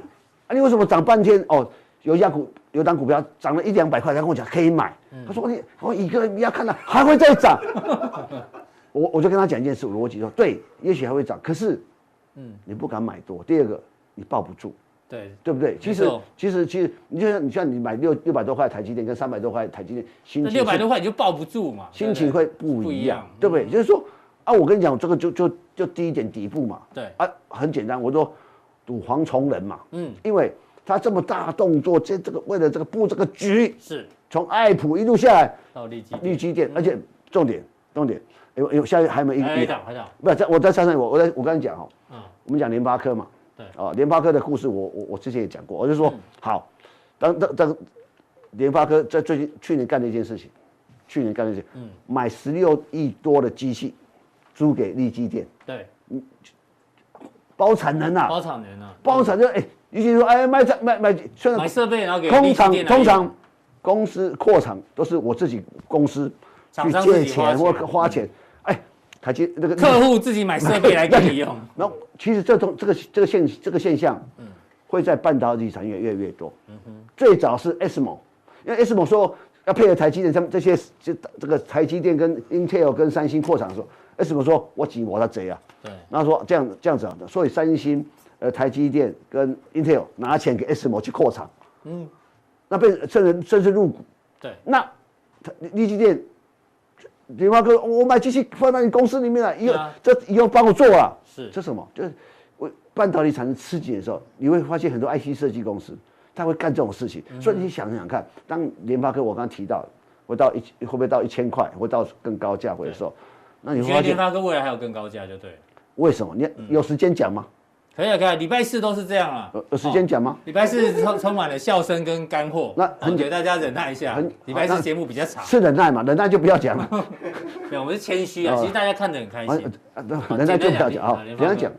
Speaker 3: 啊，你为什么涨半天？哦，有一家股，有档股票涨了一两百块，他跟我讲可以买，
Speaker 1: 嗯
Speaker 3: 他说你，我一个你要看到还会再涨， 我我就跟他讲一件事，逻辑说对，也许还会涨，可是，嗯，你不敢买多，第二个你抱不住，
Speaker 1: 对，
Speaker 3: 对不对？其
Speaker 1: 没
Speaker 3: 实
Speaker 1: 错
Speaker 3: 其实其实，你就像你像你买六六百多块台积电跟三百多块台积电，心
Speaker 1: 那
Speaker 3: 情
Speaker 1: 六百
Speaker 3: 是
Speaker 1: 多块你就抱不住嘛，
Speaker 3: 心情会不一样，
Speaker 1: 对
Speaker 3: 对不对？就是说啊，我跟你讲，这个就就就低一点底部嘛，
Speaker 1: 对
Speaker 3: 啊，很简单，我说赌蝗虫人嘛，
Speaker 1: 嗯
Speaker 3: 嗯，因为他这么大动作，这这个为了这个布这个局，
Speaker 1: 是
Speaker 3: 从爱普一路下来，
Speaker 1: 到利基
Speaker 3: 利基店，而且重点重点，有有下面嗯还有没有一
Speaker 1: 哎还没
Speaker 3: 个？
Speaker 1: 涨，还涨，
Speaker 3: 不，在我在山上，我我在我跟你讲哦，
Speaker 1: 嗯，
Speaker 3: 我们讲联发科嘛，
Speaker 1: 对嗯
Speaker 3: 啊，联发科的故事我我我之前也讲过，我就说好，当当当，联发科在最近去年干了一件事情，去年干了一件，嗯，买十六亿多的机器，租给利基店，
Speaker 1: 对，
Speaker 3: 包产能啊，
Speaker 1: 包产能啊，
Speaker 3: 包产就哎，尤其说哎卖这卖卖，虽然
Speaker 1: 买设备然后给利
Speaker 3: 通
Speaker 1: 基
Speaker 3: 常
Speaker 1: 店来
Speaker 3: 通
Speaker 1: 用
Speaker 3: 常公司扩厂都是我自己公司
Speaker 1: 厂
Speaker 3: 去
Speaker 1: 商自
Speaker 3: 借
Speaker 1: 己花
Speaker 3: 钱或
Speaker 1: 钱
Speaker 3: 花钱，哎，台积那个
Speaker 1: 客户自己买设备来给你 用，嗯
Speaker 3: 然后其实这种这个这个现这个现象，会在半导体产业越来越多。最早是 SMO，因为 SMO 说要配合台积电，他们这些这这个台积电跟 Intel 跟三星扩厂的时候，SMO 说我挤我的贼啊，
Speaker 1: 对，
Speaker 3: 然后说这样这样子啊，所以三星、呃台积电跟 Intel 拿钱给 SMO 去扩厂，那被甚至甚至入股，
Speaker 1: 嗯对，
Speaker 3: 那他利基电。联发科，我买机器放到你公司里面了，以后、
Speaker 1: 对啊
Speaker 3: 这以后帮我做了，
Speaker 1: 是
Speaker 3: 这什么？就是我半导体产生吃紧的时候，你会发现很多 IC 设计公司他会干这种事情。
Speaker 1: 嗯
Speaker 3: 所以你想想看，当联发科我刚刚提到，会到一会不会到一千块，会到更高价位的时候，那你
Speaker 1: 你
Speaker 3: 会
Speaker 1: 觉得
Speaker 3: 发
Speaker 1: 联
Speaker 3: 现
Speaker 1: 发科未来还有更高价就对了。
Speaker 3: 为什么？你有时间讲吗？
Speaker 1: 可以啊，可以啊，礼拜四都是这样啊
Speaker 3: 有。有时间讲吗？
Speaker 1: 礼拜四充充满了笑声跟干货，
Speaker 3: 那很
Speaker 1: 很给大家忍耐一下
Speaker 3: 很。
Speaker 1: 礼拜四
Speaker 3: 那
Speaker 1: 节目比较长，
Speaker 3: 是忍耐嘛，忍耐就不要讲了，
Speaker 1: 没有，我们是谦虚啊。
Speaker 3: 哦
Speaker 1: 其实大家看得很开
Speaker 3: 啊
Speaker 1: 心，
Speaker 3: 啊忍耐就不要
Speaker 1: 简单讲
Speaker 3: 讲啊。
Speaker 1: 联
Speaker 3: 简
Speaker 1: 发科
Speaker 3: 单讲，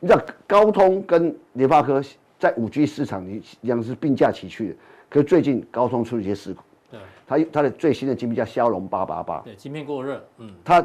Speaker 3: 你知道高通跟联发科在五 G 市场里一样是并驾齐驱的，可是最近高通出了一些事故，
Speaker 1: 对
Speaker 3: 它它的最新的晶片叫骁龙八八八，
Speaker 1: 对，芯片过热，嗯，
Speaker 3: 他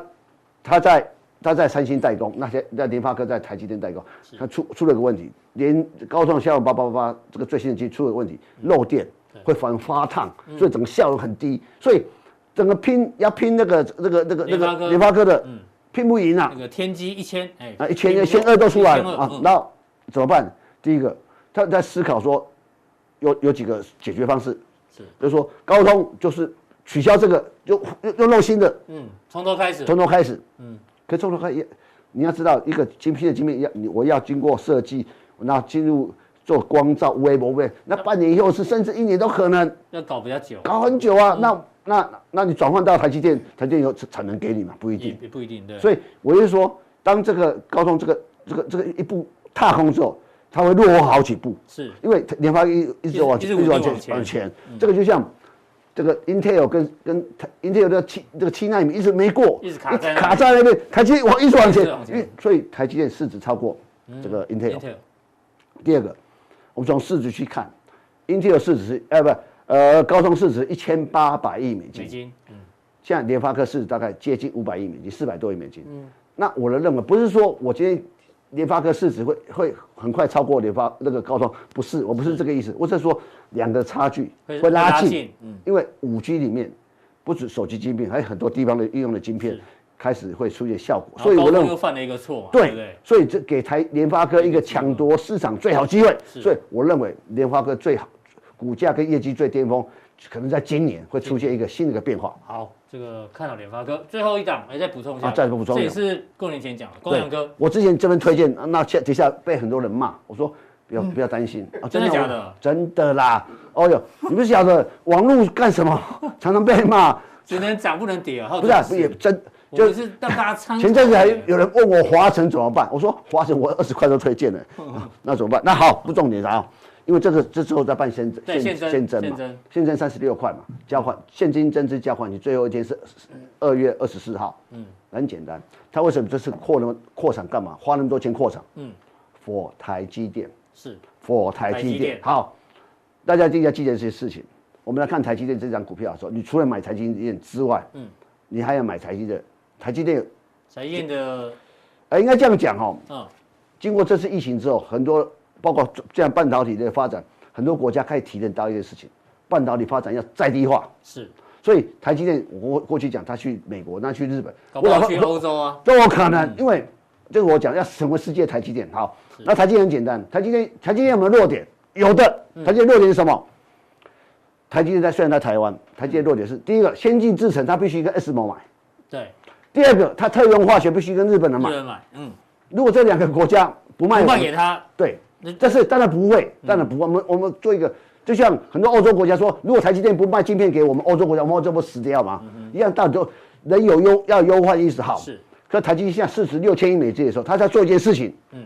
Speaker 3: 他在他在三星代工，那些在联发科在台积电代工，他出出了个问题，连高通骁龙八八八八这个最新的机出了问题，
Speaker 1: 嗯
Speaker 3: 漏电会反发烫，所以整个效能很低，所以整个拼要拼那个那个那个那
Speaker 1: 联发科嗯
Speaker 3: 个联发科的拼不赢啊
Speaker 1: 那，个天玑一千，哎
Speaker 3: 啊一千一千二都出来了啊，
Speaker 1: 那
Speaker 3: 那怎么办？第一个他在思考说有有几个解决方式，
Speaker 1: 是
Speaker 3: 就是说高通就是取消这个，又又又漏新的。
Speaker 1: 嗯，从头开始，
Speaker 3: 从头开始，嗯，可从头开也，你要知道一个精辟的晶片要你我要经过设计，然后进入做光照、微波微，那半年以后是甚至一年都可能
Speaker 1: 要搞比较久，
Speaker 3: 搞很久啊。那那那你转换到台积电，台积电有产能给你嘛？不一
Speaker 1: 也
Speaker 3: 定。
Speaker 1: 也不一定对。
Speaker 3: 所以我就说，当这个高通这个这个这个一步踏空之后，它会落后好几步。
Speaker 1: 是
Speaker 3: 因为联发科一一直往
Speaker 1: 一
Speaker 3: 前，
Speaker 1: 直一直往
Speaker 3: 往
Speaker 1: 前嗯
Speaker 3: 前，往前，这个就像这个 Intel 跟跟台 Intel 的七这个七纳米一直没过，
Speaker 1: 一直卡在那里
Speaker 3: 卡在那边，台积电往一直往前
Speaker 1: 一直往，前嗯
Speaker 3: 因为所以台积电市值超过这个 Intel。
Speaker 1: Intel
Speaker 3: 第二个，我们从市值去看，Intel 市值是呃不呃高通市值一千八百亿美
Speaker 1: 美
Speaker 3: 金，
Speaker 1: 金，嗯，
Speaker 3: 现在联发科市值大概接近五百亿美金，四百多亿美金。
Speaker 1: 嗯
Speaker 3: 那我的认为不是说我今天联发科市值会会很快超过联发那个高通，不是，我不是这个意思，我是说两个差距
Speaker 1: 会
Speaker 3: 会
Speaker 1: 会拉
Speaker 3: 拉
Speaker 1: 近
Speaker 3: 近
Speaker 1: 嗯，
Speaker 3: 因为五 G 里面不止手机晶片，还有很多地方的应用的晶片开始会出现效果，
Speaker 1: 然
Speaker 3: 所以
Speaker 1: 后
Speaker 3: 我
Speaker 1: 高
Speaker 3: 认
Speaker 1: 通
Speaker 3: 为
Speaker 1: 又犯了一个错嘛，对不
Speaker 3: 对
Speaker 1: 对？，
Speaker 3: 所以这给台联发科一个抢夺市场最好机会，所以我认为联发科最好股价跟业绩最巅峰，可能在今年会出现一个新的一个变化。
Speaker 1: 好，这个看好联发科，最后一档，哎，再补充一下，
Speaker 3: 啊再补充一
Speaker 1: 这
Speaker 3: 下
Speaker 1: 也是过年前讲的，光
Speaker 3: 对，
Speaker 1: 阳哥，
Speaker 3: 我之前这边推荐，啊那下底下被很多人骂，我说不要不要担心啊，
Speaker 1: 真的假的
Speaker 3: 我真的啦！哦哟，你不晓得网络干什么， 常常被骂，
Speaker 1: 只能涨不能跌啊，还有
Speaker 3: 不是啊
Speaker 1: 这个
Speaker 3: 也真
Speaker 1: 我
Speaker 3: 就
Speaker 1: 们。是让大家参考。
Speaker 3: 前阵子还有人问我华晨怎么办，我说华晨我二十块都推荐了、
Speaker 1: 嗯
Speaker 3: 啊 那怎么办？那好，不重点啊，因为这个这之后再办现
Speaker 1: 对现增
Speaker 3: 现增
Speaker 1: 现
Speaker 3: 嘛
Speaker 1: 增，
Speaker 3: 现增三十六块嘛，交换现金增资交换，你最后一天是二月二十四号，嗯，很简单。他为什么这次扩那么扩产干嘛？花那么多钱扩产？嗯，for 台积电
Speaker 1: 是
Speaker 3: ，for 台
Speaker 1: 台积
Speaker 3: 积
Speaker 1: 电
Speaker 3: 电。好，大家一定要记得这些事情。我们来看台积电这张股票的时候，你除了买台积电之外，嗯，你还要买台积电。台积电
Speaker 1: 台积电的，
Speaker 3: 呃，应该这样讲哦，
Speaker 1: 嗯，
Speaker 3: 经过这次疫情之后，很多包括这样半导体的发展，很多国家开始体认到一件事情：半导体发展要在地化。
Speaker 1: 是，
Speaker 3: 所以台积电，我过去讲，他去美国，那去日本，
Speaker 1: 搞不
Speaker 3: 我
Speaker 1: 好
Speaker 3: 老
Speaker 1: 去
Speaker 3: 婆
Speaker 1: 欧洲啊，
Speaker 3: 都有可能，因为这个我讲要成为世界台积电。好，那台积电很简单，台积电台积电有没有弱点？有的，
Speaker 1: 嗯
Speaker 3: 台积电弱点是什么？台积电在虽然在台湾，台积电弱点是第一个，先进制程它必须跟 S 盟买；
Speaker 1: 对，
Speaker 3: 第二个，它特用化学必须跟日本人
Speaker 1: 不
Speaker 3: 买。
Speaker 1: 能买，嗯，
Speaker 3: 如果这两个国家不
Speaker 1: 不
Speaker 3: 卖我
Speaker 1: 卖
Speaker 3: 们，
Speaker 1: 给他，
Speaker 3: 对
Speaker 1: 那，嗯
Speaker 3: 但是当然不会，当然不会。我们我们做一个，就像很多欧洲国家说，如果台积电不卖晶片给我们欧洲国家，我们欧洲不死掉吗？一样道理都人有忧要忧患意识好。
Speaker 1: 嗯是。
Speaker 3: 可台积电现在市值六千亿美金的时候，他在做一件事情，
Speaker 1: 嗯嗯
Speaker 3: 嗯，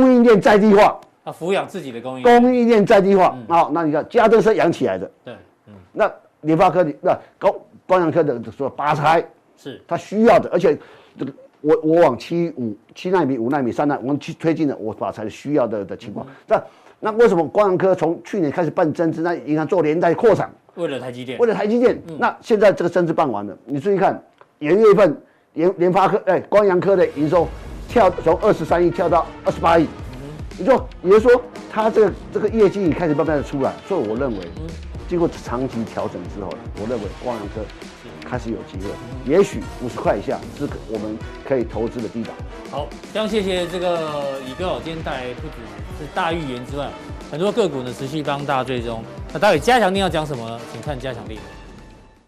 Speaker 3: 供应链在地化，
Speaker 1: 他抚养自己的供应链，
Speaker 3: 供应链在地化。
Speaker 1: 嗯
Speaker 3: 好，那你看嘉德是养起来的，
Speaker 1: 对，嗯，
Speaker 3: 那联发科那高光阳科的说拔开，
Speaker 1: 是，
Speaker 3: 它需要的，而且这个我我往七五七纳米、五纳米、三纳，我们去推进的，我把才需要的的情况。那那为什么光阳科从去年开始办增资，那银行做连带扩产，
Speaker 1: 为了台积电
Speaker 3: 为，了台积电，那现在这个增资办完了，你注意看，元月份联联发科哎光阳科的营收跳从二十三亿跳到二十八亿，你就也就是说它这个这个业绩已经开始慢慢的出来，所以我认为，经过长期调整之后，我认为光阳科开始有机会，也许五十块以下是可我们可以投资的低档。
Speaker 1: 好，非常谢谢这个乙哥哦，今天带来不只是大预言之外，很多个股呢持续帮大家追踪。那到底加强力要讲什么呢？请看加强力。